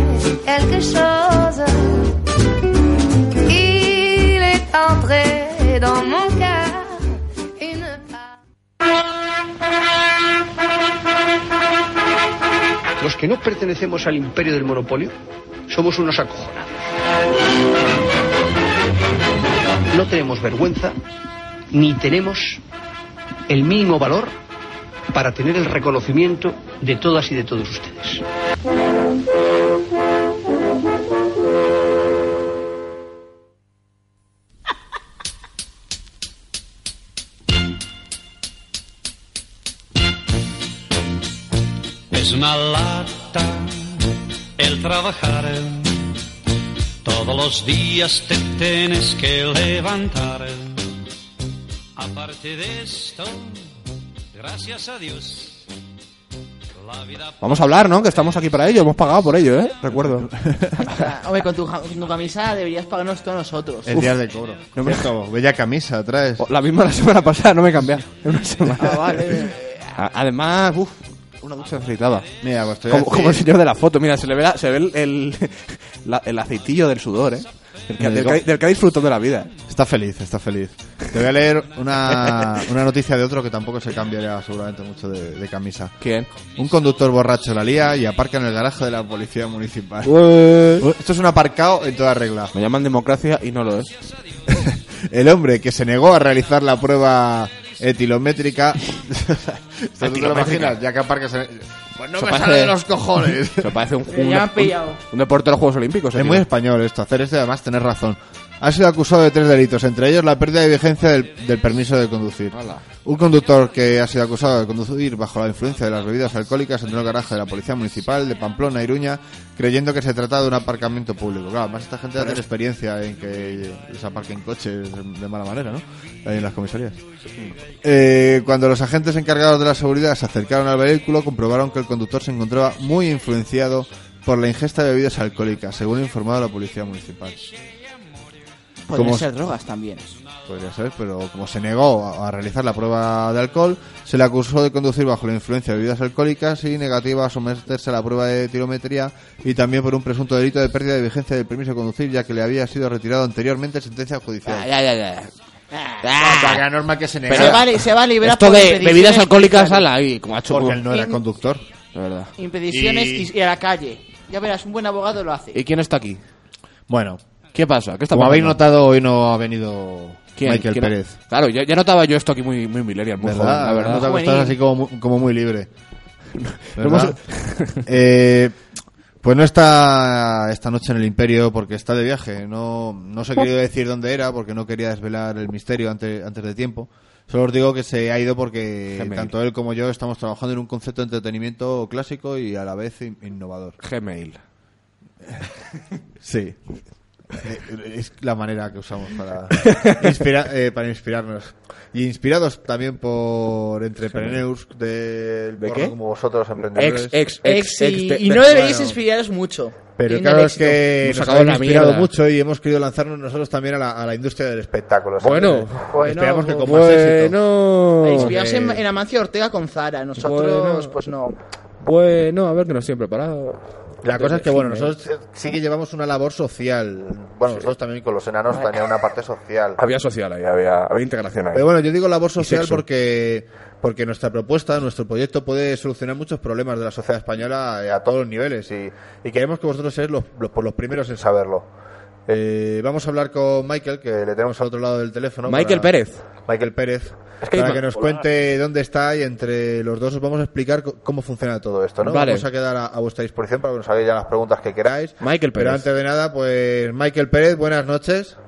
Speaker 12: quelque chose. Il est entré dans mon cœur une
Speaker 11: Los que no pertenecemos al imperio del monopolio somos unos acojonados. No tenemos vergüenza ni tenemos el mínimo valor para tener el reconocimiento de todas y de todos ustedes.
Speaker 13: Es una lata el trabajar. Todos los días te tienes que levantar. Aparte de esto, gracias a Dios, la vida
Speaker 5: Vamos a hablar, ¿no? Que estamos aquí para ello. Hemos pagado por ello, ¿eh? Recuerdo.
Speaker 3: Ah, Hombre, con tu, ja- con tu camisa deberías pagarnos todos nosotros.
Speaker 2: El día de cobro.
Speaker 5: No me- Oh.
Speaker 2: Cierto, [laughs] bella camisa traes.
Speaker 5: La misma la semana pasada, no me cambié. En una semana.
Speaker 3: Ah, vale.
Speaker 5: A- Además, uff, una ducha aceitada.
Speaker 2: Mira, pues te voy a
Speaker 5: como,
Speaker 2: decir-
Speaker 5: como el señor de la foto, mira, se le ve, la- se ve el, el, [laughs] la- el aceitillo del sudor, ¿eh? Del que,
Speaker 2: Me
Speaker 5: del
Speaker 2: digo-
Speaker 5: que- del que ha disfrutado de la vida. ¿eh?
Speaker 2: Está feliz, está feliz. Te voy a leer una, una noticia de otro que tampoco se cambiaría seguramente mucho de, de camisa.
Speaker 5: ¿Quién?
Speaker 2: Un conductor borracho la lía y aparca en el garaje de la policía municipal. Uh,
Speaker 5: Ué.
Speaker 2: Esto es un aparcado en toda regla. [laughs]
Speaker 5: Me llaman democracia y no lo es.
Speaker 2: El hombre que se negó a realizar la prueba etilométrica. [laughs] ¿Esto tú te lo
Speaker 5: Etilométrica.
Speaker 2: imaginas? Ya que aparcas en el- Pues no
Speaker 5: Eso
Speaker 2: me
Speaker 5: parece-
Speaker 2: sale de los [laughs] cojones.
Speaker 5: Eso parece un,
Speaker 3: [laughs] Me
Speaker 5: un-
Speaker 3: llaman pillado.
Speaker 5: un- un deporte de los Juegos Olímpicos.
Speaker 2: Es
Speaker 5: tío.
Speaker 2: muy español esto, hacer esto y además tener razón. Ha sido acusado de tres delitos, entre ellos la pérdida de vigencia del, del permiso de conducir.
Speaker 5: Hala.
Speaker 2: Un conductor que ha sido acusado de conducir bajo la influencia de las bebidas alcohólicas entró al garaje de la Policía Municipal de Pamplona, Iruña, creyendo que se trataba de un aparcamiento público. Claro, además esta gente ya tiene experiencia en que les aparquen coches de mala manera, ¿no? Ahí en las comisarías. Eh, cuando los agentes encargados de la seguridad se acercaron al vehículo, comprobaron que el conductor se encontraba muy influenciado por la ingesta de bebidas alcohólicas, según ha informado la policía municipal.
Speaker 3: Podrían
Speaker 2: Como-
Speaker 3: ser drogas también.
Speaker 2: Podría ser, pero como se negó a a realizar la prueba de alcohol, se le acusó de conducir bajo la influencia de bebidas alcohólicas y negativa a someterse a la prueba de tirometría y también por un presunto delito de pérdida de vigencia del permiso de conducir, ya que le había sido retirado anteriormente sentencia judicial.
Speaker 3: ya, ya, ya. Ah,
Speaker 2: Era normal que se negara.
Speaker 3: se, va, se va a liberar
Speaker 5: Ah, Esto
Speaker 3: por
Speaker 5: de
Speaker 3: impediciones
Speaker 5: bebidas alcohólicas
Speaker 3: fiscales.
Speaker 5: ala ahí, como ha hecho.
Speaker 2: Porque él no era
Speaker 3: Y-
Speaker 2: conductor.
Speaker 5: De verdad.
Speaker 3: Impediciones
Speaker 5: Y-
Speaker 3: y... y a la calle. Ya verás, un buen abogado lo hace.
Speaker 5: ¿Y quién está aquí?
Speaker 2: Bueno,
Speaker 5: ¿Qué pasa? ¿Qué está
Speaker 2: como habéis
Speaker 5: pasando?
Speaker 2: notado, hoy no ha venido
Speaker 5: ¿Quién?
Speaker 2: Michael
Speaker 5: ¿Quién?
Speaker 2: Pérez.
Speaker 5: Claro, ya, ya notaba yo esto aquí muy, muy millennial, muy joven, la verdad.
Speaker 2: No te
Speaker 5: Juvenil.
Speaker 2: estás así como, mu- como muy
Speaker 5: [laughs]
Speaker 2: libre. ¿Verdad? [laughs]
Speaker 5: Hemos-
Speaker 2: Eh, pues no está esta noche en el Imperio porque está de viaje. No, no os he querido decir dónde era porque no quería desvelar el misterio antes, antes de tiempo. Solo os digo que se ha ido porque
Speaker 5: Gmail.
Speaker 2: tanto él como yo estamos trabajando en un concepto de entretenimiento clásico y a la vez in- innovador.
Speaker 5: Gmail.
Speaker 2: Sí. Eh, Es la manera que usamos [laughs] para, inspira- eh, para inspirarnos. Y inspirados también por entrepreneurs del
Speaker 5: ¿De
Speaker 2: porno
Speaker 5: qué?
Speaker 2: como vosotros, emprendedores.
Speaker 5: Ex, ex,
Speaker 3: Ex, y,
Speaker 5: de-
Speaker 3: y no
Speaker 5: de-
Speaker 3: deberíais
Speaker 2: bueno.
Speaker 3: inspiraros mucho.
Speaker 2: Pero
Speaker 3: Tienen
Speaker 2: claro,
Speaker 3: el
Speaker 2: es
Speaker 3: éxito.
Speaker 2: que
Speaker 5: Nos
Speaker 2: nos
Speaker 5: acabó
Speaker 2: ha
Speaker 5: la
Speaker 2: inspirado
Speaker 5: mierda.
Speaker 2: mucho y hemos querido lanzarnos nosotros también a la, a la industria del espectáculo. ¿sabes?
Speaker 5: Bueno.
Speaker 3: Bueno,
Speaker 2: esperamos que con más éxito.
Speaker 5: Bueno,
Speaker 3: Inspiraos en, en Amancio Ortega con Zara. Nosotros,
Speaker 5: Bueno.
Speaker 3: pues no.
Speaker 5: bueno, a ver que nos tienen preparado.
Speaker 2: La cosa es que, bueno, nosotros sí que llevamos una labor social. Bueno, nosotros también con los enanos tenía una parte social.
Speaker 14: Había social ahí, había, había integración ahí.
Speaker 2: Pero bueno, yo digo labor social
Speaker 14: sexo.
Speaker 2: porque, porque nuestra propuesta, nuestro proyecto puede solucionar muchos problemas de la sociedad española eh, a todos los niveles y, y queremos que vosotros seáis los, los, por los primeros en saberlo. Eh, vamos a hablar con Michael, que le tenemos al otro lado del teléfono.
Speaker 5: Michael Pérez.
Speaker 2: Michael Pérez.
Speaker 5: que
Speaker 2: para
Speaker 5: hay
Speaker 2: que
Speaker 5: más-
Speaker 2: nos cuente dónde está y entre los dos os vamos a explicar co- cómo funciona todo esto, ¿no?
Speaker 5: Vale.
Speaker 2: Vamos a quedar a, a vuestra disposición para que nos hagáis ya las preguntas que queráis.
Speaker 5: Michael
Speaker 2: Pero
Speaker 5: Pérez.
Speaker 2: antes de nada, pues Michael Pérez, buenas noches.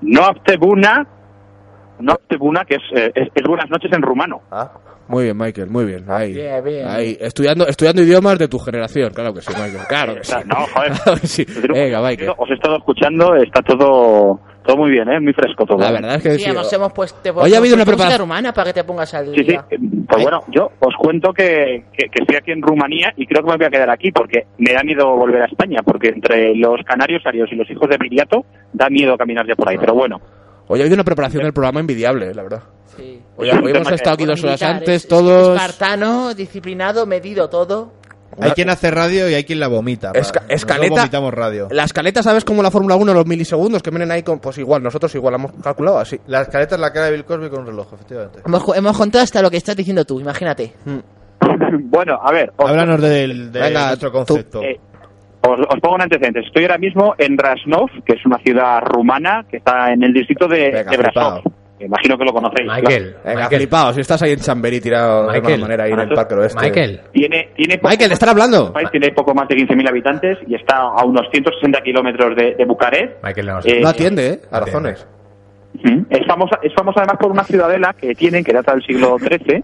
Speaker 15: Noctebuna, Noctebuna, que es, eh, es, es buenas noches en rumano.
Speaker 5: Muy bien, Michael, muy bien. Ahí.
Speaker 15: Bien, bien.
Speaker 5: Ahí. Estudiando, estudiando idiomas de tu generación. Claro que sí, Michael. Claro que sí.
Speaker 15: No, joder.
Speaker 5: [laughs] Claro que sí. Venga, Michael.
Speaker 15: Os he estado escuchando, está todo, todo muy bien, ¿eh? muy fresco todo.
Speaker 5: La verdad es que
Speaker 3: Sí, además hemos puesto, te
Speaker 15: Hoy ha habido una
Speaker 3: puesto música
Speaker 15: preparación-
Speaker 3: rumana para que te pongas al
Speaker 15: Sí, sí.
Speaker 3: día.
Speaker 15: Pues bueno, yo os cuento que, que, que estoy aquí en Rumanía y creo que me voy a quedar aquí porque me da miedo volver a España, porque entre los canarios arios y los hijos de Viriato da miedo caminar ya por ahí. Pero bueno,
Speaker 5: Hoy ha habido una preparación del programa envidiable, eh, la verdad.
Speaker 3: Sí.
Speaker 5: Hoy, hoy hemos estado aquí dos horas
Speaker 3: Militar,
Speaker 5: antes,
Speaker 3: es-
Speaker 5: todos.
Speaker 3: Espartano, disciplinado, medido todo.
Speaker 2: Hay quien hace radio y hay quien la vomita.
Speaker 5: Esca-
Speaker 2: Nosotros
Speaker 5: escaleta-
Speaker 2: vomitamos radio.
Speaker 5: La escaleta, ¿sabes cómo la Fórmula 1, los milisegundos que vienen ahí con. Pues igual, nosotros igual hemos calculado así.
Speaker 15: Eh,
Speaker 2: La escaleta es la cara de Bill Cosby con un reloj, efectivamente.
Speaker 3: Hemos, co- hemos contado hasta lo que estás diciendo tú, imagínate.
Speaker 15: bueno, a ver.
Speaker 2: Háblanos del, de
Speaker 15: Venga,
Speaker 2: nuestro concepto.
Speaker 15: Eh, os, os pongo un antecedente. Estoy ahora mismo en Rasnov, que es una ciudad rumana que está en el distrito de, de Brasov. Imagino que lo conocéis.
Speaker 5: Michael, Venga, flipado, si estás ahí en Chamberí tirado de alguna
Speaker 15: Michael.
Speaker 5: manera ahí en el
Speaker 15: Nosotros-
Speaker 5: Parque del Oeste.
Speaker 15: Tiene, tiene poco
Speaker 5: Michael,
Speaker 15: más-
Speaker 5: ¿están hablando?
Speaker 15: Tiene poco más de 15.000 habitantes y está a unos 160 kilómetros de, de Bucarest.
Speaker 1: Michael
Speaker 15: Eh,
Speaker 5: No atiende, ¿eh? A razones.
Speaker 15: Ujú.
Speaker 5: Mm.
Speaker 15: Es famosa, es famosa además por una ciudadela que tienen, que data del siglo XIII,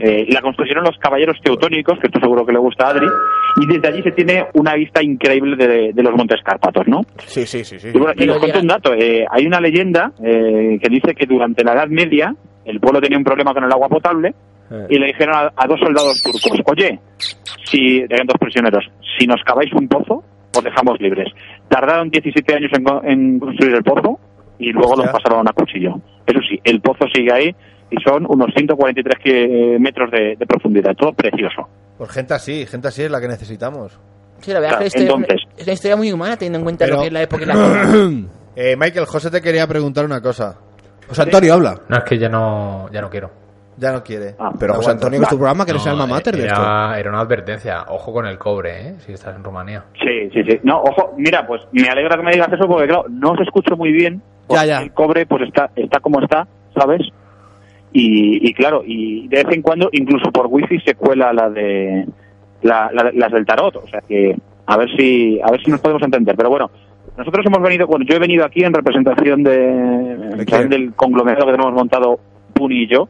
Speaker 15: eh, y la construyeron los caballeros teutónicos, que esto seguro que le gusta a Adri, y desde allí se tiene una vista increíble de, de los Montes Cárpatos, ¿no?
Speaker 5: Sí, sí, sí. sí.
Speaker 15: Y bueno, y os cuento un dato, eh, hay una leyenda eh, que dice que durante la Edad Media el pueblo tenía un problema con el agua potable
Speaker 5: Eh.
Speaker 15: y le dijeron a, a dos soldados turcos, oye, si eran dos prisioneros, si nos caváis un pozo, os dejamos libres. Tardaron 17 años en, co- en construir el pozo y luego los pasaron a cuchillo. Eso sí, el pozo sigue ahí y son unos 143 que- eh, metros de, de profundidad, todo precioso.
Speaker 2: Pues gente así, gente así es la que necesitamos.
Speaker 3: Sí, la verdad
Speaker 15: Claro,
Speaker 3: es que la historia
Speaker 15: entonces.
Speaker 3: es una- es una historia muy humana teniendo en cuenta
Speaker 2: Pero-
Speaker 3: lo que es la época y la...
Speaker 2: Eh, Michael, José te quería preguntar una cosa.
Speaker 5: José Antonio, habla.
Speaker 1: No, es que ya no, ya no quiero.
Speaker 2: Eh, Ya no quiere.
Speaker 5: Pero José Antonio, que es tu programa, que eres
Speaker 1: No,
Speaker 5: el alma mater de esto.
Speaker 1: era, era una advertencia. Ojo con el cobre, ¿eh? Si estás en Rumanía.
Speaker 15: Sí, sí, sí. No, ojo, mira, pues me alegra que me digas eso porque, claro, no os escucho muy bien. porque El cobre, pues está, está como está, ¿sabes? Y, y claro, y de vez en cuando, incluso por wifi se cuela la de la- la- las del tarot. O sea que a ver si a ver si nos podemos entender. Pero bueno, nosotros hemos venido, bueno, yo he venido aquí en representación de, en plan del conglomerado que tenemos montado Puni y yo,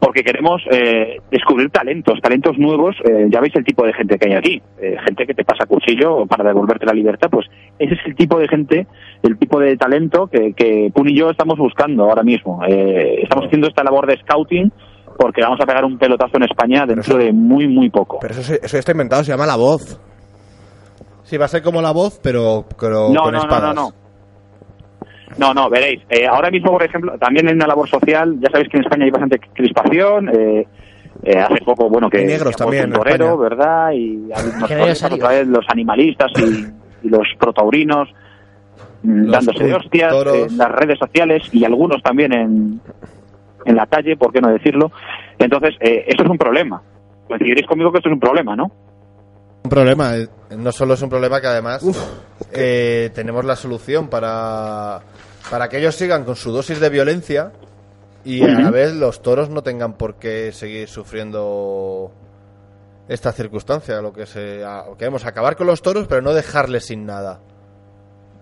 Speaker 15: porque queremos eh, descubrir talentos, talentos nuevos. eh, ya veis el tipo de gente que hay aquí, eh, gente que te pasa cuchillo para devolverte la libertad. Pues ese es el tipo de gente, el tipo de talento que, que Puni y yo estamos buscando ahora mismo. Eh, estamos haciendo esta labor de scouting porque vamos a pegar un pelotazo en España dentro de muy, muy poco.
Speaker 5: Pero eso, se- eso ya está inventado, se llama La Voz.
Speaker 2: Sí, va a ser como la voz, pero, pero
Speaker 15: no,
Speaker 2: con
Speaker 15: no, no,
Speaker 2: espadas.
Speaker 15: no, no. No, no, veréis. Eh, ahora mismo, por ejemplo, también en la labor social, ya sabéis que en España hay bastante crispación. eh, eh, hace poco, bueno, que.
Speaker 5: Y negros
Speaker 15: que ha muerto
Speaker 5: también
Speaker 15: Un
Speaker 5: en
Speaker 15: torero,
Speaker 5: España.
Speaker 15: ¿verdad? Y ha habido unos
Speaker 5: Que negros
Speaker 15: problemas otra vez, los animalistas y, y los protaurinos mm,
Speaker 5: Los eh,
Speaker 15: dándose de hostias
Speaker 5: toros.
Speaker 15: en las redes sociales y algunos también en, en la calle, ¿por qué no decirlo? Entonces, eh, esto es un problema. Coincidiréis conmigo que esto es un problema, ¿no?
Speaker 2: Un problema, eh, no solo es un problema que además eh, tenemos la solución para, para que ellos sigan con su dosis de violencia y a la
Speaker 15: Ujú.
Speaker 2: vez los toros no tengan por qué seguir sufriendo esta circunstancia. Lo que se, a- queremos acabar con los toros, pero no dejarles sin nada.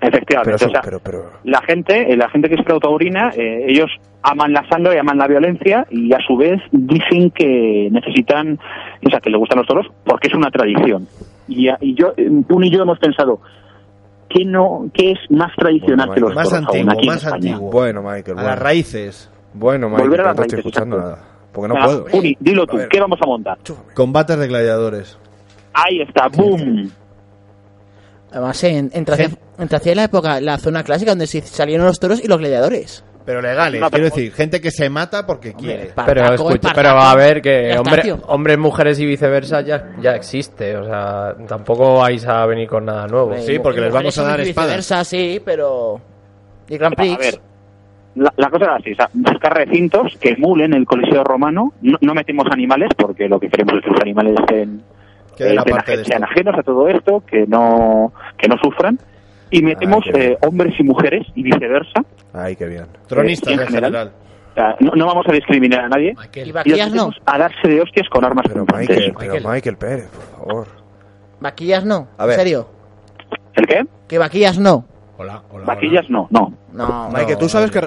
Speaker 15: Efectivamente.
Speaker 2: Pero eso-
Speaker 15: o sea,
Speaker 2: pero-
Speaker 15: La gente, eh, la gente que es protaurina, eh, ellos aman la sangre, aman la violencia y a su vez dicen que necesitan, o sea, que les gustan los toros porque es una tradición. Y, a- y yo, eh, Pun y yo hemos pensado, ¿qué, no, qué es más tradicional que los
Speaker 2: Más
Speaker 15: toros? aún
Speaker 2: antiguo,
Speaker 15: aquí en
Speaker 2: más
Speaker 15: España?
Speaker 2: antiguo.
Speaker 5: Bueno, Michael.
Speaker 2: A las raíces.
Speaker 5: Bueno, Michael,
Speaker 15: Volver a las
Speaker 5: no te estoy
Speaker 15: raíces,
Speaker 5: escuchando
Speaker 15: exacto.
Speaker 5: nada. Porque no
Speaker 15: Venga,
Speaker 5: puedo.
Speaker 15: Puni, dilo tú,
Speaker 5: A ver.
Speaker 15: ¿qué vamos a montar?
Speaker 2: Combates de gladiadores.
Speaker 15: Ahí está,
Speaker 5: [laughs]
Speaker 15: boom.
Speaker 3: Además, en, en, Tracia, en Tracia de la época, la zona clásica donde se salieron los toros y los gladiadores.
Speaker 2: Pero legales,
Speaker 1: No, pero-
Speaker 2: quiero decir, gente que se mata porque quiere.
Speaker 5: Ah,
Speaker 1: Pero, escucha, pero a ver, que hombre- hombres, mujeres y viceversa ya, ya existe. O sea, tampoco vais a venir con nada
Speaker 3: Pues
Speaker 1: nuevo.
Speaker 2: Sí, porque les vamos a dar espadas.
Speaker 3: Viceversa, sí, pero. Y Grand Prix.
Speaker 15: A ver, la, la cosa es así, o sea, buscar recintos que emulen el Coliseo Romano, no, no metemos animales porque lo que queremos es que los animales estén,
Speaker 2: Queden
Speaker 15: eh,
Speaker 2: aparte
Speaker 15: aje-
Speaker 2: de esto.
Speaker 15: sean ajenos a todo esto, que no, que no sufran, y metemos eh, hombres y mujeres y viceversa.
Speaker 2: Ah, Ay, qué bien.
Speaker 15: eh,
Speaker 2: Tronistas
Speaker 15: y
Speaker 2: en general.
Speaker 15: O sea, no, no vamos a discriminar a nadie.
Speaker 3: Y
Speaker 15: Y
Speaker 3: vaquillas
Speaker 15: los
Speaker 3: no.
Speaker 15: metemos a darse de hostias con armas punzantes.
Speaker 3: Michael.
Speaker 2: Michael Pérez, por favor.
Speaker 3: Vaquillas no.
Speaker 2: A ver.
Speaker 3: ¿En serio?
Speaker 15: ¿El qué?
Speaker 3: Que vaquillas no.
Speaker 15: Vaquillas no, no.
Speaker 3: No.
Speaker 5: Mike, tú sabes que.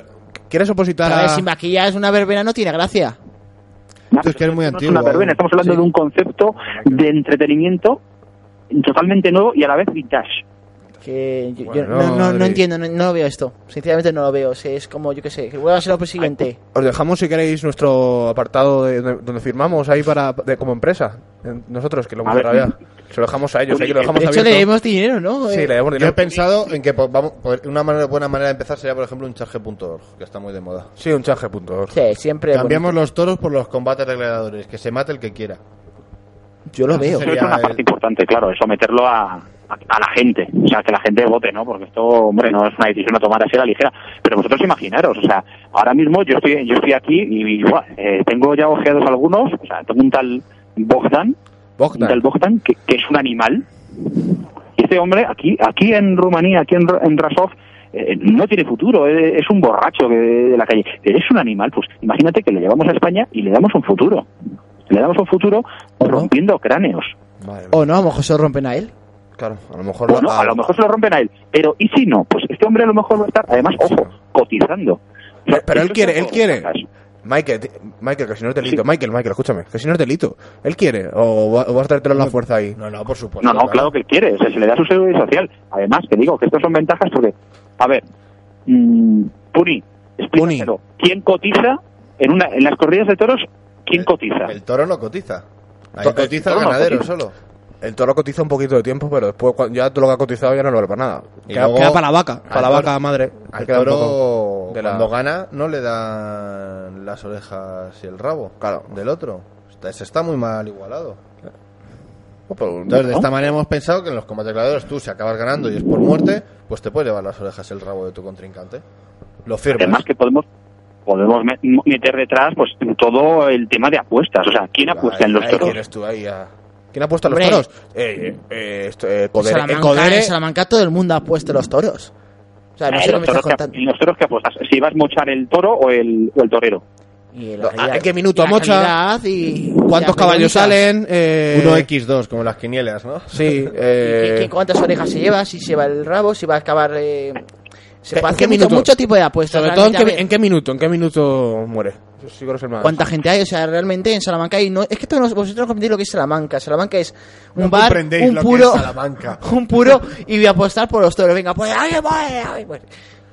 Speaker 5: ¿Quieres opositar
Speaker 3: Pero a ver,
Speaker 5: a.?
Speaker 3: sin vaquillas una verbena no tiene gracia.
Speaker 2: es que eres muy
Speaker 15: No es una verbena, estamos hablando de un concepto de entretenimiento totalmente nuevo y a la vez vintage.
Speaker 3: Que yo, yo
Speaker 15: Bueno,
Speaker 3: no, no, no
Speaker 15: Adri.
Speaker 3: entiendo, no, no lo veo esto. Sinceramente no lo veo. O sea, es como, yo qué sé, que vuelva a ser lo siguiente.
Speaker 5: Os dejamos, si queréis, nuestro apartado de- de- donde firmamos ahí para de- como empresa. En- Nosotros, que
Speaker 2: A
Speaker 5: lo hemos
Speaker 2: ver.
Speaker 5: rabia. Se lo dejamos a ellos, ahí que lo
Speaker 15: pues,
Speaker 5: dejamos
Speaker 2: De hecho,
Speaker 5: abierto.
Speaker 2: le hemos-
Speaker 3: dinero, ¿no? Eh,
Speaker 5: Sí, le damos
Speaker 2: Yo he
Speaker 5: dinero.
Speaker 2: pensado en que pues, vamos, pues, una manera, buena manera de empezar sería, por ejemplo, un charge.org, que está muy de moda.
Speaker 5: Sí, un charge.org.
Speaker 3: Sí, siempre.
Speaker 2: Cambiamos los toros por los combates de gladiadores, que se mate el que quiera.
Speaker 3: Yo lo
Speaker 2: veo.
Speaker 15: Eso es una parte importante, claro, eso meterlo a, a, a la gente, o sea, que la gente vote, ¿no? Porque esto, hombre, no es una decisión a tomar así a la ligera. Pero vosotros imaginaros, o sea, ahora mismo yo estoy, yo estoy aquí y, buah, eh, tengo ya ojeados algunos, o sea, tengo un tal Bogdan, un tal Bogdan que, que es un animal. Y este hombre aquí, aquí en Rumanía, aquí en, Ra- en Rasov, eh, no tiene futuro, eh, es un borracho que- de la calle. Pero es un animal, pues imagínate que le llevamos a España y le damos un futuro. Le damos un futuro rompiendo cráneos.
Speaker 3: O no, a lo mejor se lo rompen a él.
Speaker 5: Claro, a lo mejor.
Speaker 15: Bueno, Pues a lo mejor se lo rompen a él. Pero, ¿y si no? Pues este hombre a lo mejor va a estar, además, ojo, cotizando.
Speaker 5: Pero, pero él
Speaker 15: Eso
Speaker 5: quiere,
Speaker 15: es
Speaker 5: él
Speaker 15: todo.
Speaker 5: quiere. Michael, ti- Michael, que si no es delito. Michael, Michael, escúchame. Que si no es delito. Él quiere. O, va- o vas a traértelo a la fuerza ahí.
Speaker 2: No, no, por supuesto.
Speaker 15: No, no, claro que quiere. O sea, se le da su seguridad social. Además, que digo que estas son ventajas porque, a ver, mm, Puni, explícaselo. ¿Quién cotiza en, una, en las corridas de toros? ¿Quién cotiza?
Speaker 2: El toro no cotiza. Ahí
Speaker 5: To- el
Speaker 2: cotiza el
Speaker 5: toro no
Speaker 2: ganadero
Speaker 5: cotiza.
Speaker 2: solo.
Speaker 5: El toro cotiza un poquito de tiempo, pero después cua- ya todo lo que ha cotizado ya no lo vale para nada.
Speaker 2: Y
Speaker 5: Queda,
Speaker 2: luego-
Speaker 5: queda para la vaca,
Speaker 2: al
Speaker 5: para la
Speaker 2: toro-
Speaker 5: vaca madre.
Speaker 2: Al
Speaker 5: Queda un
Speaker 2: toro,
Speaker 5: poco de la-
Speaker 2: cuando gana, no le dan las orejas y el rabo del otro. Está- se está muy mal igualado.
Speaker 5: Oh,
Speaker 2: Entonces, de esta manera hemos pensado que en los combates de gladiadores tú, si acabas ganando y es por muerte, pues te puedes llevar las orejas y el rabo de tu contrincante. Lo firmas.
Speaker 15: Además que podemos podemos me- meter detrás pues todo el tema de apuestas. O sea, ¿quién apuesta pues en los
Speaker 5: Ahí
Speaker 15: toros?
Speaker 5: quieres tú, ahí ya. ¿Quién ha puesto a los
Speaker 3: Hombre.
Speaker 5: toros? Eh, eh, eh, esto, eh,
Speaker 3: En
Speaker 5: Codere- eh,
Speaker 3: Salamanca,
Speaker 5: Codere-
Speaker 3: en Salamanca todo el mundo ha puesto los toros. O sea, no
Speaker 15: Eh,
Speaker 3: sé lo que
Speaker 15: los
Speaker 3: me estás
Speaker 15: toros que-
Speaker 3: contando.
Speaker 15: ¿Y los toros que apuestas? ¿Si vas a mochar el toro o el, o el torero?
Speaker 3: la
Speaker 5: Ah,
Speaker 3: calidad-
Speaker 5: ¿En qué minuto
Speaker 3: y la
Speaker 5: mocha?
Speaker 3: calidad y-
Speaker 5: ¿Cuántos
Speaker 3: y las verónicas.
Speaker 5: caballos salen? Eh,
Speaker 2: Uno X2, como las quinielas, ¿no? [laughs]
Speaker 5: Sí.
Speaker 3: ¿Qué- qué-
Speaker 5: Eh,
Speaker 3: ¿Cuántas orejas se lleva? Si se lleva el rabo, si va a acabar. eh, se
Speaker 5: ¿Qué-
Speaker 3: puede
Speaker 5: en
Speaker 3: hacer mucho,
Speaker 5: qué minuto?
Speaker 3: mucho tipo de apuestas.
Speaker 5: sobre todo, ¿en
Speaker 3: realmente, a
Speaker 5: qué,
Speaker 3: ver,
Speaker 5: en qué minuto? ¿En qué minuto muere? Yo sí creo que es el más-
Speaker 3: ¿Cuánta gente hay? O sea, realmente en Salamanca hay. No, es que todos nos- vosotros no comprendéis lo que es Salamanca. Salamanca es un
Speaker 2: No
Speaker 3: bar,
Speaker 2: comprendéis
Speaker 3: un
Speaker 2: lo que
Speaker 3: puro,
Speaker 2: es Salamanca.
Speaker 3: [laughs] un puro y voy a apostar por los toros. Venga, pues, ay, voy, ay, voy.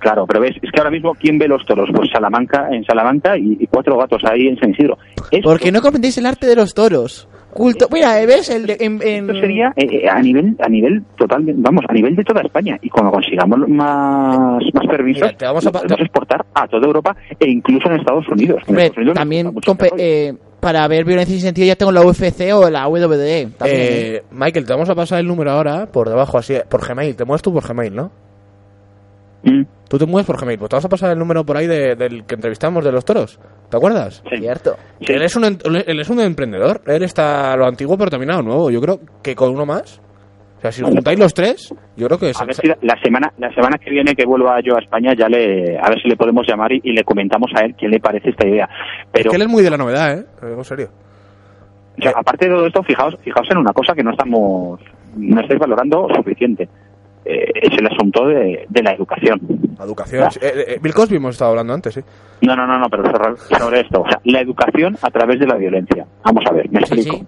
Speaker 15: Claro, pero ves, es que ahora mismo, ¿quién ve los toros? Pues Salamanca, en Salamanca y, y cuatro gatos ahí en San Isidro. Esto,
Speaker 3: Porque no comprendéis el arte de los toros. Culto. Mira, eh, ¿ves? El de- en- en-
Speaker 5: Mm.
Speaker 15: esto sería eh, eh, a nivel a nivel total, vamos, a nivel de toda España. Y cuando consigamos más, más permisos,
Speaker 5: Mira, te vamos a
Speaker 15: lo podemos exportar a toda Europa e incluso en Estados Unidos.
Speaker 3: Hombre, también compe- eh, para ver violencia sin sentido ya tengo la UFC o la WWE. También, ¿eh?
Speaker 5: Eh, Michael, te vamos a pasar el número ahora por debajo, así, por Gmail. Te mueves tú por Gmail, ¿no? eh,
Speaker 15: Mm,
Speaker 5: Tú te mueves por Gmail. Pues te vamos a pasar el número por ahí de- del que entrevistamos de los toros. ¿Te acuerdas?
Speaker 3: Cierto.
Speaker 5: Él, es un, en- él es un emprendedor. Él está a lo antiguo, pero también a lo nuevo. Yo creo que con uno más. O sea, si juntáis los tres, yo creo que es.
Speaker 15: A ver si la, la semana la semana que viene que vuelva yo a España ya le a ver si le podemos llamar y, y le comentamos a él qué le parece esta idea. Pero
Speaker 5: que él es muy de la novedad, ¿eh? Lo digo en serio.
Speaker 15: O sea, aparte de todo esto, fijaos, fijaos en una cosa que no estamos, no estáis valorando suficiente. Eh, es el asunto de, de la educación.
Speaker 5: Educación. Eh, eh, Bill Cosby hemos estado hablando antes, sí.
Speaker 15: No, no, no, no, pero sobre, sobre esto. O sea, la educación a través de la violencia. Vamos a ver, me explico.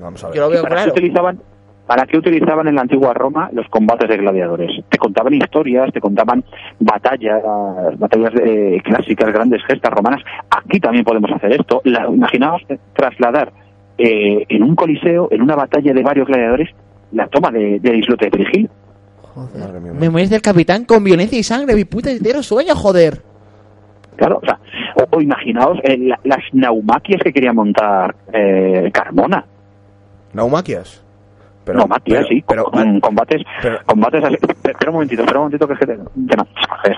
Speaker 5: Vamos a ver.
Speaker 3: Yo lo veo
Speaker 15: ¿Para
Speaker 3: claro.
Speaker 15: qué utilizaban? ¿Para qué utilizaban en la antigua Roma los combates de gladiadores? Te contaban historias, te contaban batallas, batallas eh, clásicas, grandes gestas romanas. Aquí también podemos hacer esto. La- imaginaos eh, trasladar eh, en un coliseo, en una batalla de varios gladiadores, la toma de, del islote de Perigil.
Speaker 3: Memorias del capitán con violencia y sangre, mi puta entero sueño, joder.
Speaker 15: Claro, o sea, o, o imaginaos eh, la- las naumaquias que quería montar eh, Carmona.
Speaker 2: ¿Naumaquias?
Speaker 15: Pero, naumaquias, sí, con- con combates, combates así. Espera un momentito, espera un momentito que es que te... Tema. Joder.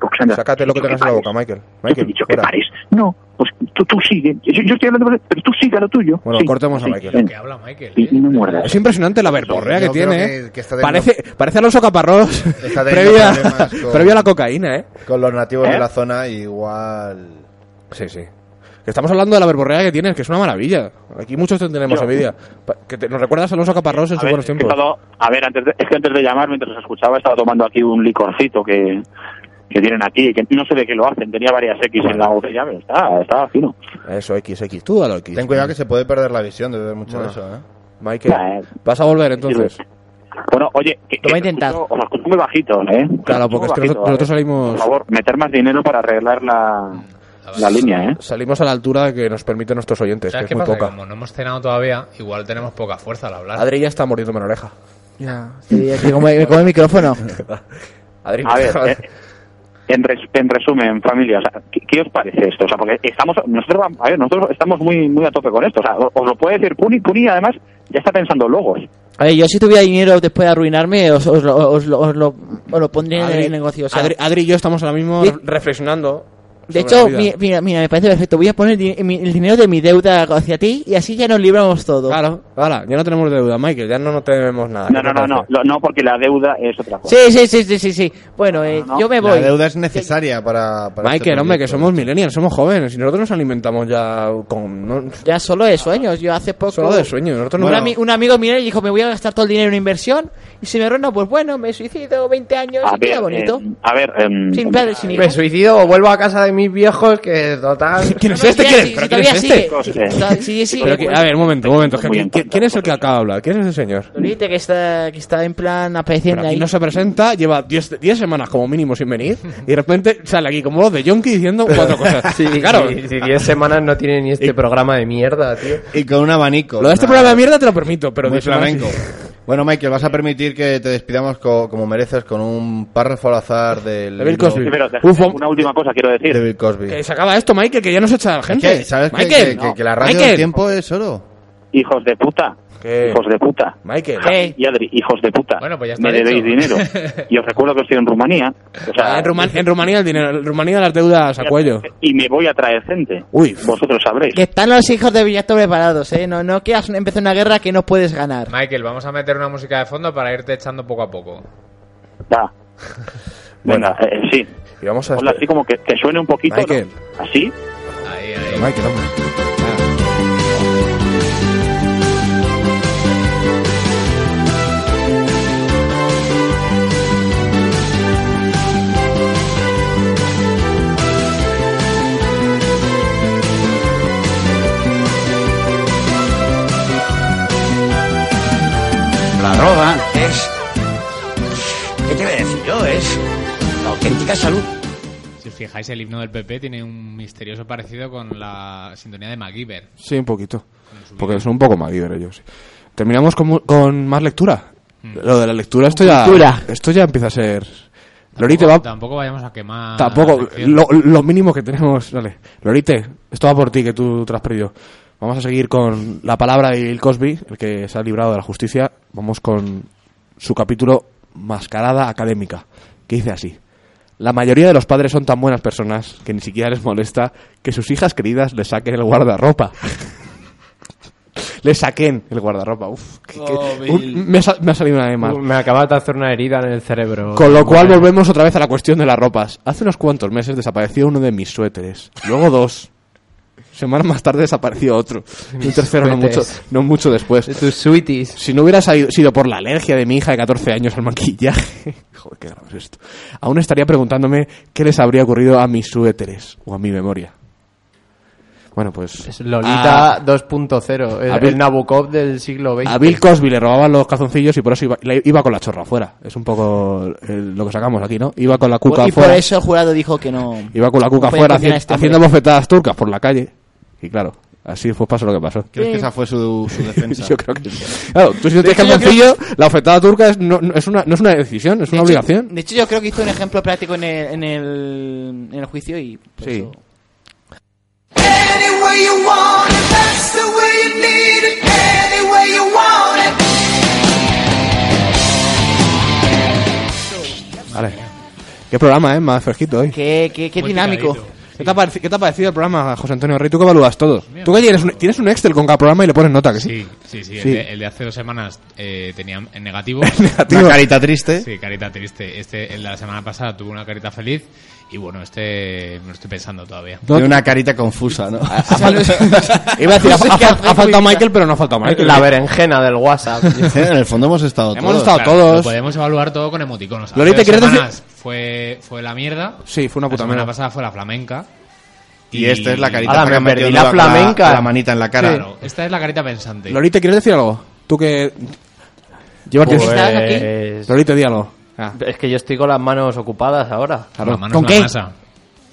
Speaker 15: Roxana,
Speaker 2: Sácate lo que
Speaker 15: yo
Speaker 2: tengas en la
Speaker 15: pares.
Speaker 2: boca, Michael.
Speaker 15: Yo te he
Speaker 2: Michael,
Speaker 15: dicho que
Speaker 2: fuera.
Speaker 15: pares. No, pues tú, tú sigue. Yo, yo estoy hablando, de- pero tú sigue a lo tuyo.
Speaker 5: Bueno, cortemos a Michael.
Speaker 15: ven.
Speaker 5: Lo que habla
Speaker 15: Y- y no muerdas.
Speaker 5: Es impresionante la verborrea
Speaker 15: Yo
Speaker 5: que
Speaker 15: creo
Speaker 5: tiene.
Speaker 15: que-
Speaker 5: ¿eh?
Speaker 15: que está teniendo-
Speaker 5: parece, parece Alonso Caparrós
Speaker 2: Está teniendo
Speaker 5: [laughs] previa,
Speaker 2: problemas con-
Speaker 5: previo a la cocaína, ¿eh?
Speaker 2: Con los nativos
Speaker 5: ¿Eh?
Speaker 2: de la zona igual...
Speaker 5: Sí, sí. Que estamos hablando de la verborrea que tienes, que es una maravilla. Aquí muchos te tenemos
Speaker 15: Yo-
Speaker 5: envidia. Pa- Que te- nos recuerdas a Alonso Caparrós en
Speaker 15: A
Speaker 5: sus
Speaker 15: ver,
Speaker 5: buenos
Speaker 15: es que he
Speaker 5: tiempos.
Speaker 15: estado- a ver, antes de- es que antes de llamar, mientras os escuchaba, estaba tomando aquí un licorcito que, que tienen aquí, que no sé de qué lo hacen, tenía varias X en la botella, pero está, está fino.
Speaker 5: Eso, XX, tú dalo X.
Speaker 2: Ten cuidado que se puede perder la visión de beber mucho
Speaker 5: Bueno.
Speaker 2: de eso, ¿eh?
Speaker 5: Michael, vas a volver entonces.
Speaker 15: Bueno, oye, que, que os escucho- Os escucho muy bajito, ¿eh?
Speaker 5: Claro,
Speaker 15: Os escucho
Speaker 5: porque es que
Speaker 15: bajito,
Speaker 5: nosotros- nosotros
Speaker 15: ¿vale?
Speaker 5: salimos-
Speaker 15: Por favor, meter más dinero para arreglar la, la línea, ¿eh?
Speaker 5: Salimos a la altura que nos permiten nuestros oyentes, que
Speaker 1: ¿Sabes
Speaker 5: es
Speaker 1: qué
Speaker 5: muy
Speaker 1: pasa? Que
Speaker 5: poca.
Speaker 1: como no hemos cenado todavía, igual tenemos poca fuerza al hablar.
Speaker 5: Adri ya está mordiendo la oreja. [laughs]
Speaker 3: Ya, sí, es que como- me come el micrófono.
Speaker 5: Adri,
Speaker 15: A
Speaker 5: [laughs]
Speaker 15: ver, eh, en, res- en resumen, familia, o sea, ¿qué, qué os parece esto? O sea, porque estamos, nosotros, vam- a ver, nosotros estamos muy, muy a tope con esto. O sea, o- os lo puede decir Puni, Puni además ya está pensando en logos.
Speaker 3: A ver, yo si tuviera dinero después de arruinarme, os, os lo, os lo- os lo- os lo pondría en
Speaker 5: Adri-
Speaker 3: el negocio. o sea,
Speaker 5: Adri, Adri y yo estamos ahora mismo
Speaker 3: Sí.
Speaker 5: reflexionando.
Speaker 3: de
Speaker 5: sobre
Speaker 3: hecho,
Speaker 5: la vida.
Speaker 3: mi- mira, mira, me parece perfecto. Voy a poner di- mi- el dinero de mi deuda hacia ti y así ya nos libramos todos.
Speaker 5: Claro, ahora, ya no tenemos deuda, Michael, ya no nos tenemos nada.
Speaker 15: No, no, no, no, no, no, porque la deuda es otra cosa.
Speaker 3: Sí, sí, sí, sí, sí, sí. Bueno, eh, yo me voy.
Speaker 2: La deuda es necesaria para, para
Speaker 5: Michael,
Speaker 2: este
Speaker 5: hombre, que
Speaker 2: proyecto.
Speaker 5: somos millennials, somos jóvenes y nosotros nos alimentamos ya con. no-
Speaker 3: Ya solo de sueños. Yo hace poco...
Speaker 5: solo de sueños. Nosotros
Speaker 3: un,
Speaker 5: no.
Speaker 3: ami- un amigo mío dijo, me voy a gastar todo el dinero en inversión y si me arruino, pues bueno, me suicido 20 años
Speaker 15: A
Speaker 3: y queda
Speaker 15: ver,
Speaker 3: bonito.
Speaker 15: eh, a ver, em,
Speaker 3: sin padres, sin
Speaker 16: Me
Speaker 3: hijos.
Speaker 16: suicido o vuelvo a casa de mis viejos que
Speaker 1: [laughs]
Speaker 16: total.
Speaker 5: ¿Quién es este? ¿Quién es? ¿Pero quién es este?
Speaker 3: Sí, sí,
Speaker 5: Pero que- a ver, un momento, un momento. ¿Quién, quién- quién es el que acaba de hablar? ¿Quién es ese señor?
Speaker 3: Ahorita que está, que está en plan
Speaker 5: Pero
Speaker 3: apareciendo
Speaker 5: aquí
Speaker 3: ahí.
Speaker 5: no se presenta, lleva 10 10 semanas como mínimo sin [laughs] venir y de repente sale aquí como voz de Yonki diciendo cuatro [laughs] cosas.
Speaker 16: Sí,
Speaker 5: claro.
Speaker 16: Si 10 semanas no tiene ni este programa de mierda, tío.
Speaker 2: Y con un abanico.
Speaker 5: Lo de este
Speaker 2: Ah,
Speaker 5: programa de mierda te lo permito, pero
Speaker 2: muy
Speaker 5: diez semanas
Speaker 2: flamenco.
Speaker 5: sí.
Speaker 2: Bueno, Michael, vas a permitir que te despidamos co- como mereces con un párrafo al azar del.
Speaker 5: De Bill Cosby.
Speaker 2: libro-
Speaker 5: Pero
Speaker 15: deja-
Speaker 5: Ufo.
Speaker 15: una última cosa quiero decir.
Speaker 2: De Bill Cosby.
Speaker 5: Que se acaba esto, Michael, que ya nos echa la gente.
Speaker 2: Es que, ¿Sabes que-
Speaker 5: Michael,
Speaker 2: que, que-
Speaker 5: no.
Speaker 2: que la radio
Speaker 5: Michael.
Speaker 2: del tiempo es oro?
Speaker 15: Hijos de puta. Hijos de puta.
Speaker 5: Michael.
Speaker 15: Javi y Adri, hijos de puta.
Speaker 5: Eh. Bueno, pues ya está
Speaker 15: me debéis
Speaker 5: dicho.
Speaker 15: dinero.
Speaker 5: [laughs]
Speaker 15: Y os recuerdo que estoy en Rumanía. O sea,
Speaker 5: Ah, en, Ruman- en Rumanía el dinero, en Rumanía las deudas a cuello.
Speaker 15: y me voy a traer gente.
Speaker 5: Uy.
Speaker 15: Vosotros sabréis.
Speaker 3: Que están los hijos de Villato preparados, eh. No, no quieras empezar una guerra que no puedes ganar.
Speaker 1: Michael, vamos a meter una música de fondo para irte echando poco a poco.
Speaker 15: Da. Venga, eh, sí.
Speaker 5: Y vamos a
Speaker 15: Ponla así como que, que suene un poquito. ¿no?
Speaker 5: Michael.
Speaker 15: Así.
Speaker 1: Ahí,
Speaker 5: Pero Michael, hombre.
Speaker 4: La droga es. ¿Qué te voy a decir yo? Es la auténtica salud.
Speaker 1: Si os fijáis, el himno del PP tiene un misterioso parecido con la sintonía de MacGyver.
Speaker 5: Sí, un poquito. Porque son un poco MacGyver ellos. sí. Terminamos con, mu- con más lectura. Lo de la lectura, esto ya,
Speaker 1: Cultura.
Speaker 5: esto ya empieza a ser... Lorite va...
Speaker 1: Tampoco vayamos a quemar.
Speaker 5: Tampoco,
Speaker 1: la sección.
Speaker 5: lo, lo mínimo que tenemos... Dale. Lorite, esto va por ti, que tú te lo has perdido. Vamos a seguir con la palabra de Bill Cosby, el que se ha librado de la justicia. Vamos con su capítulo Mascarada Académica, que dice así. La mayoría de los padres son tan buenas personas que ni siquiera les molesta que sus hijas queridas les saquen el guardarropa. [laughs] Le saquen el guardarropa. Uf, qué- qué- un- me, ha, sa- me ha salido una de mal.
Speaker 16: Uh, Me acabas de hacer una herida en el cerebro.
Speaker 5: Con lo cual
Speaker 16: Bueno.
Speaker 5: volvemos otra vez a la cuestión de las ropas. Hace unos cuantos meses desapareció uno de mis suéteres, luego dos. Semanas más tarde desapareció otro. Y un
Speaker 16: Mis
Speaker 5: tercero no mucho,
Speaker 16: suéteres.
Speaker 5: no mucho después. Si no hubiera salido- sido por la alergia de mi hija de 14 años al maquillaje, [laughs] joder, qué grave es esto. Aún estaría preguntándome qué les habría ocurrido a mis suéteres o a mi memoria. Bueno, pues.
Speaker 16: Lolita
Speaker 5: a-
Speaker 16: 2.0, el,
Speaker 5: a Bill-
Speaker 16: el Nabokov del siglo XX.
Speaker 5: a Bill Cosby le robaban los calzoncillos y por eso iba, le- iba con la chorra afuera. Es un poco el- lo que sacamos aquí, ¿no? Iba con la cuca
Speaker 3: y por
Speaker 5: afuera.
Speaker 3: eso el jurado dijo que no.
Speaker 5: Iba con la
Speaker 3: no
Speaker 5: cuca
Speaker 3: podía
Speaker 5: afuera
Speaker 3: condenar a
Speaker 5: haci-
Speaker 3: este hombre.
Speaker 5: haciendo bofetadas turcas por la calle. Y claro, Así fue pasó lo que pasó.
Speaker 2: ¿Crees que esa fue su,
Speaker 5: [laughs]
Speaker 2: su defensa?
Speaker 5: Yo creo que sí. Claro, tú si no
Speaker 2: De
Speaker 5: tienes
Speaker 2: hecho, yo
Speaker 5: calzoncillo, la ofertada turca es, no, no- es una, no es una decisión, es
Speaker 3: De hecho-
Speaker 5: una obligación.
Speaker 3: De hecho, yo creo que hizo un ejemplo práctico en el, en el, en el juicio y. por
Speaker 5: Sí.
Speaker 3: eso-
Speaker 17: Any way you want it, that's the way you need it. Any way you want it.
Speaker 5: Vale. Qué programa, ¿eh? Más fresquito hoy.
Speaker 3: Qué, qué, qué dinámico.
Speaker 5: ¿Qué te, ha pareci- qué te ha parecido el programa, José Antonio Rey? ¿Tú que evalúas todo? ¿Tú que tienes un, tienes un Excel con cada programa y le pones nota? que Sí,
Speaker 1: Sí, sí, El, de, el de hace dos semanas eh, tenía en
Speaker 5: [laughs]
Speaker 1: negativo.
Speaker 5: Negativo. Una carita triste.
Speaker 1: Sí, carita triste. Este, el de la semana pasada tuvo una carita feliz. Y bueno, este me lo estoy pensando todavía.
Speaker 2: Tiene una carita confusa, ¿no?
Speaker 16: Ah,
Speaker 5: [laughs]
Speaker 16: [laughs]
Speaker 5: Iba a
Speaker 2: [laughs]
Speaker 5: decir, ha, ha- ha faltado Michael, pero no ha faltado Michael.
Speaker 1: La berenjena
Speaker 5: del
Speaker 16: [laughs]
Speaker 5: WhatsApp.
Speaker 2: en el fondo hemos estado
Speaker 5: Hemos
Speaker 2: todos.
Speaker 5: estado
Speaker 1: Claro, lo
Speaker 5: todos.
Speaker 1: podemos evaluar todo con emoticonos.
Speaker 5: Lolita,
Speaker 1: Hace dos
Speaker 5: ¿quieres decir-
Speaker 1: semanas Fue, fue la mierda.
Speaker 5: Sí, fue una
Speaker 1: La
Speaker 5: puta
Speaker 1: semana
Speaker 5: mierda.
Speaker 1: pasada fue la flamenca.
Speaker 2: Y esta es la carita
Speaker 1: Ahora
Speaker 2: que
Speaker 1: me
Speaker 2: ha metido
Speaker 1: perdí
Speaker 2: la- la- la manita en la cara.
Speaker 1: Claro, esta es la carita pensante.
Speaker 5: Lolita, ¿quieres decir algo? Tú que... Llevas
Speaker 16: Pues-
Speaker 5: tiempo- Lolita, di algo. Ah,
Speaker 16: Es que yo estoy con las manos ocupadas ahora.
Speaker 5: Claro. Las manos ¿Con en la qué? masa.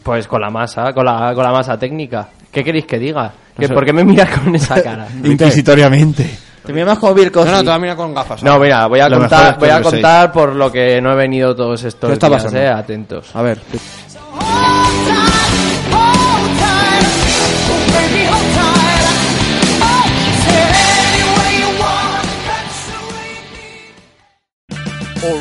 Speaker 16: Pues con la masa, con la, con la masa técnica. ¿Qué queréis que diga?
Speaker 5: No
Speaker 16: ¿Que
Speaker 5: sé.
Speaker 16: ¿Por qué me miras con esa cara?
Speaker 2: Inquisitoriamente.
Speaker 3: Te miras como Bill Cosby.
Speaker 5: No, no, te vas a mirar con gafas.
Speaker 16: No, mira, voy a
Speaker 5: Lo mejor es
Speaker 16: contar,
Speaker 5: con
Speaker 16: voy a
Speaker 5: los seis.
Speaker 16: contar por lo que no he venido todos estos
Speaker 5: ¿Qué está
Speaker 16: días,
Speaker 5: pasando?
Speaker 16: eh, atentos.
Speaker 5: A ver.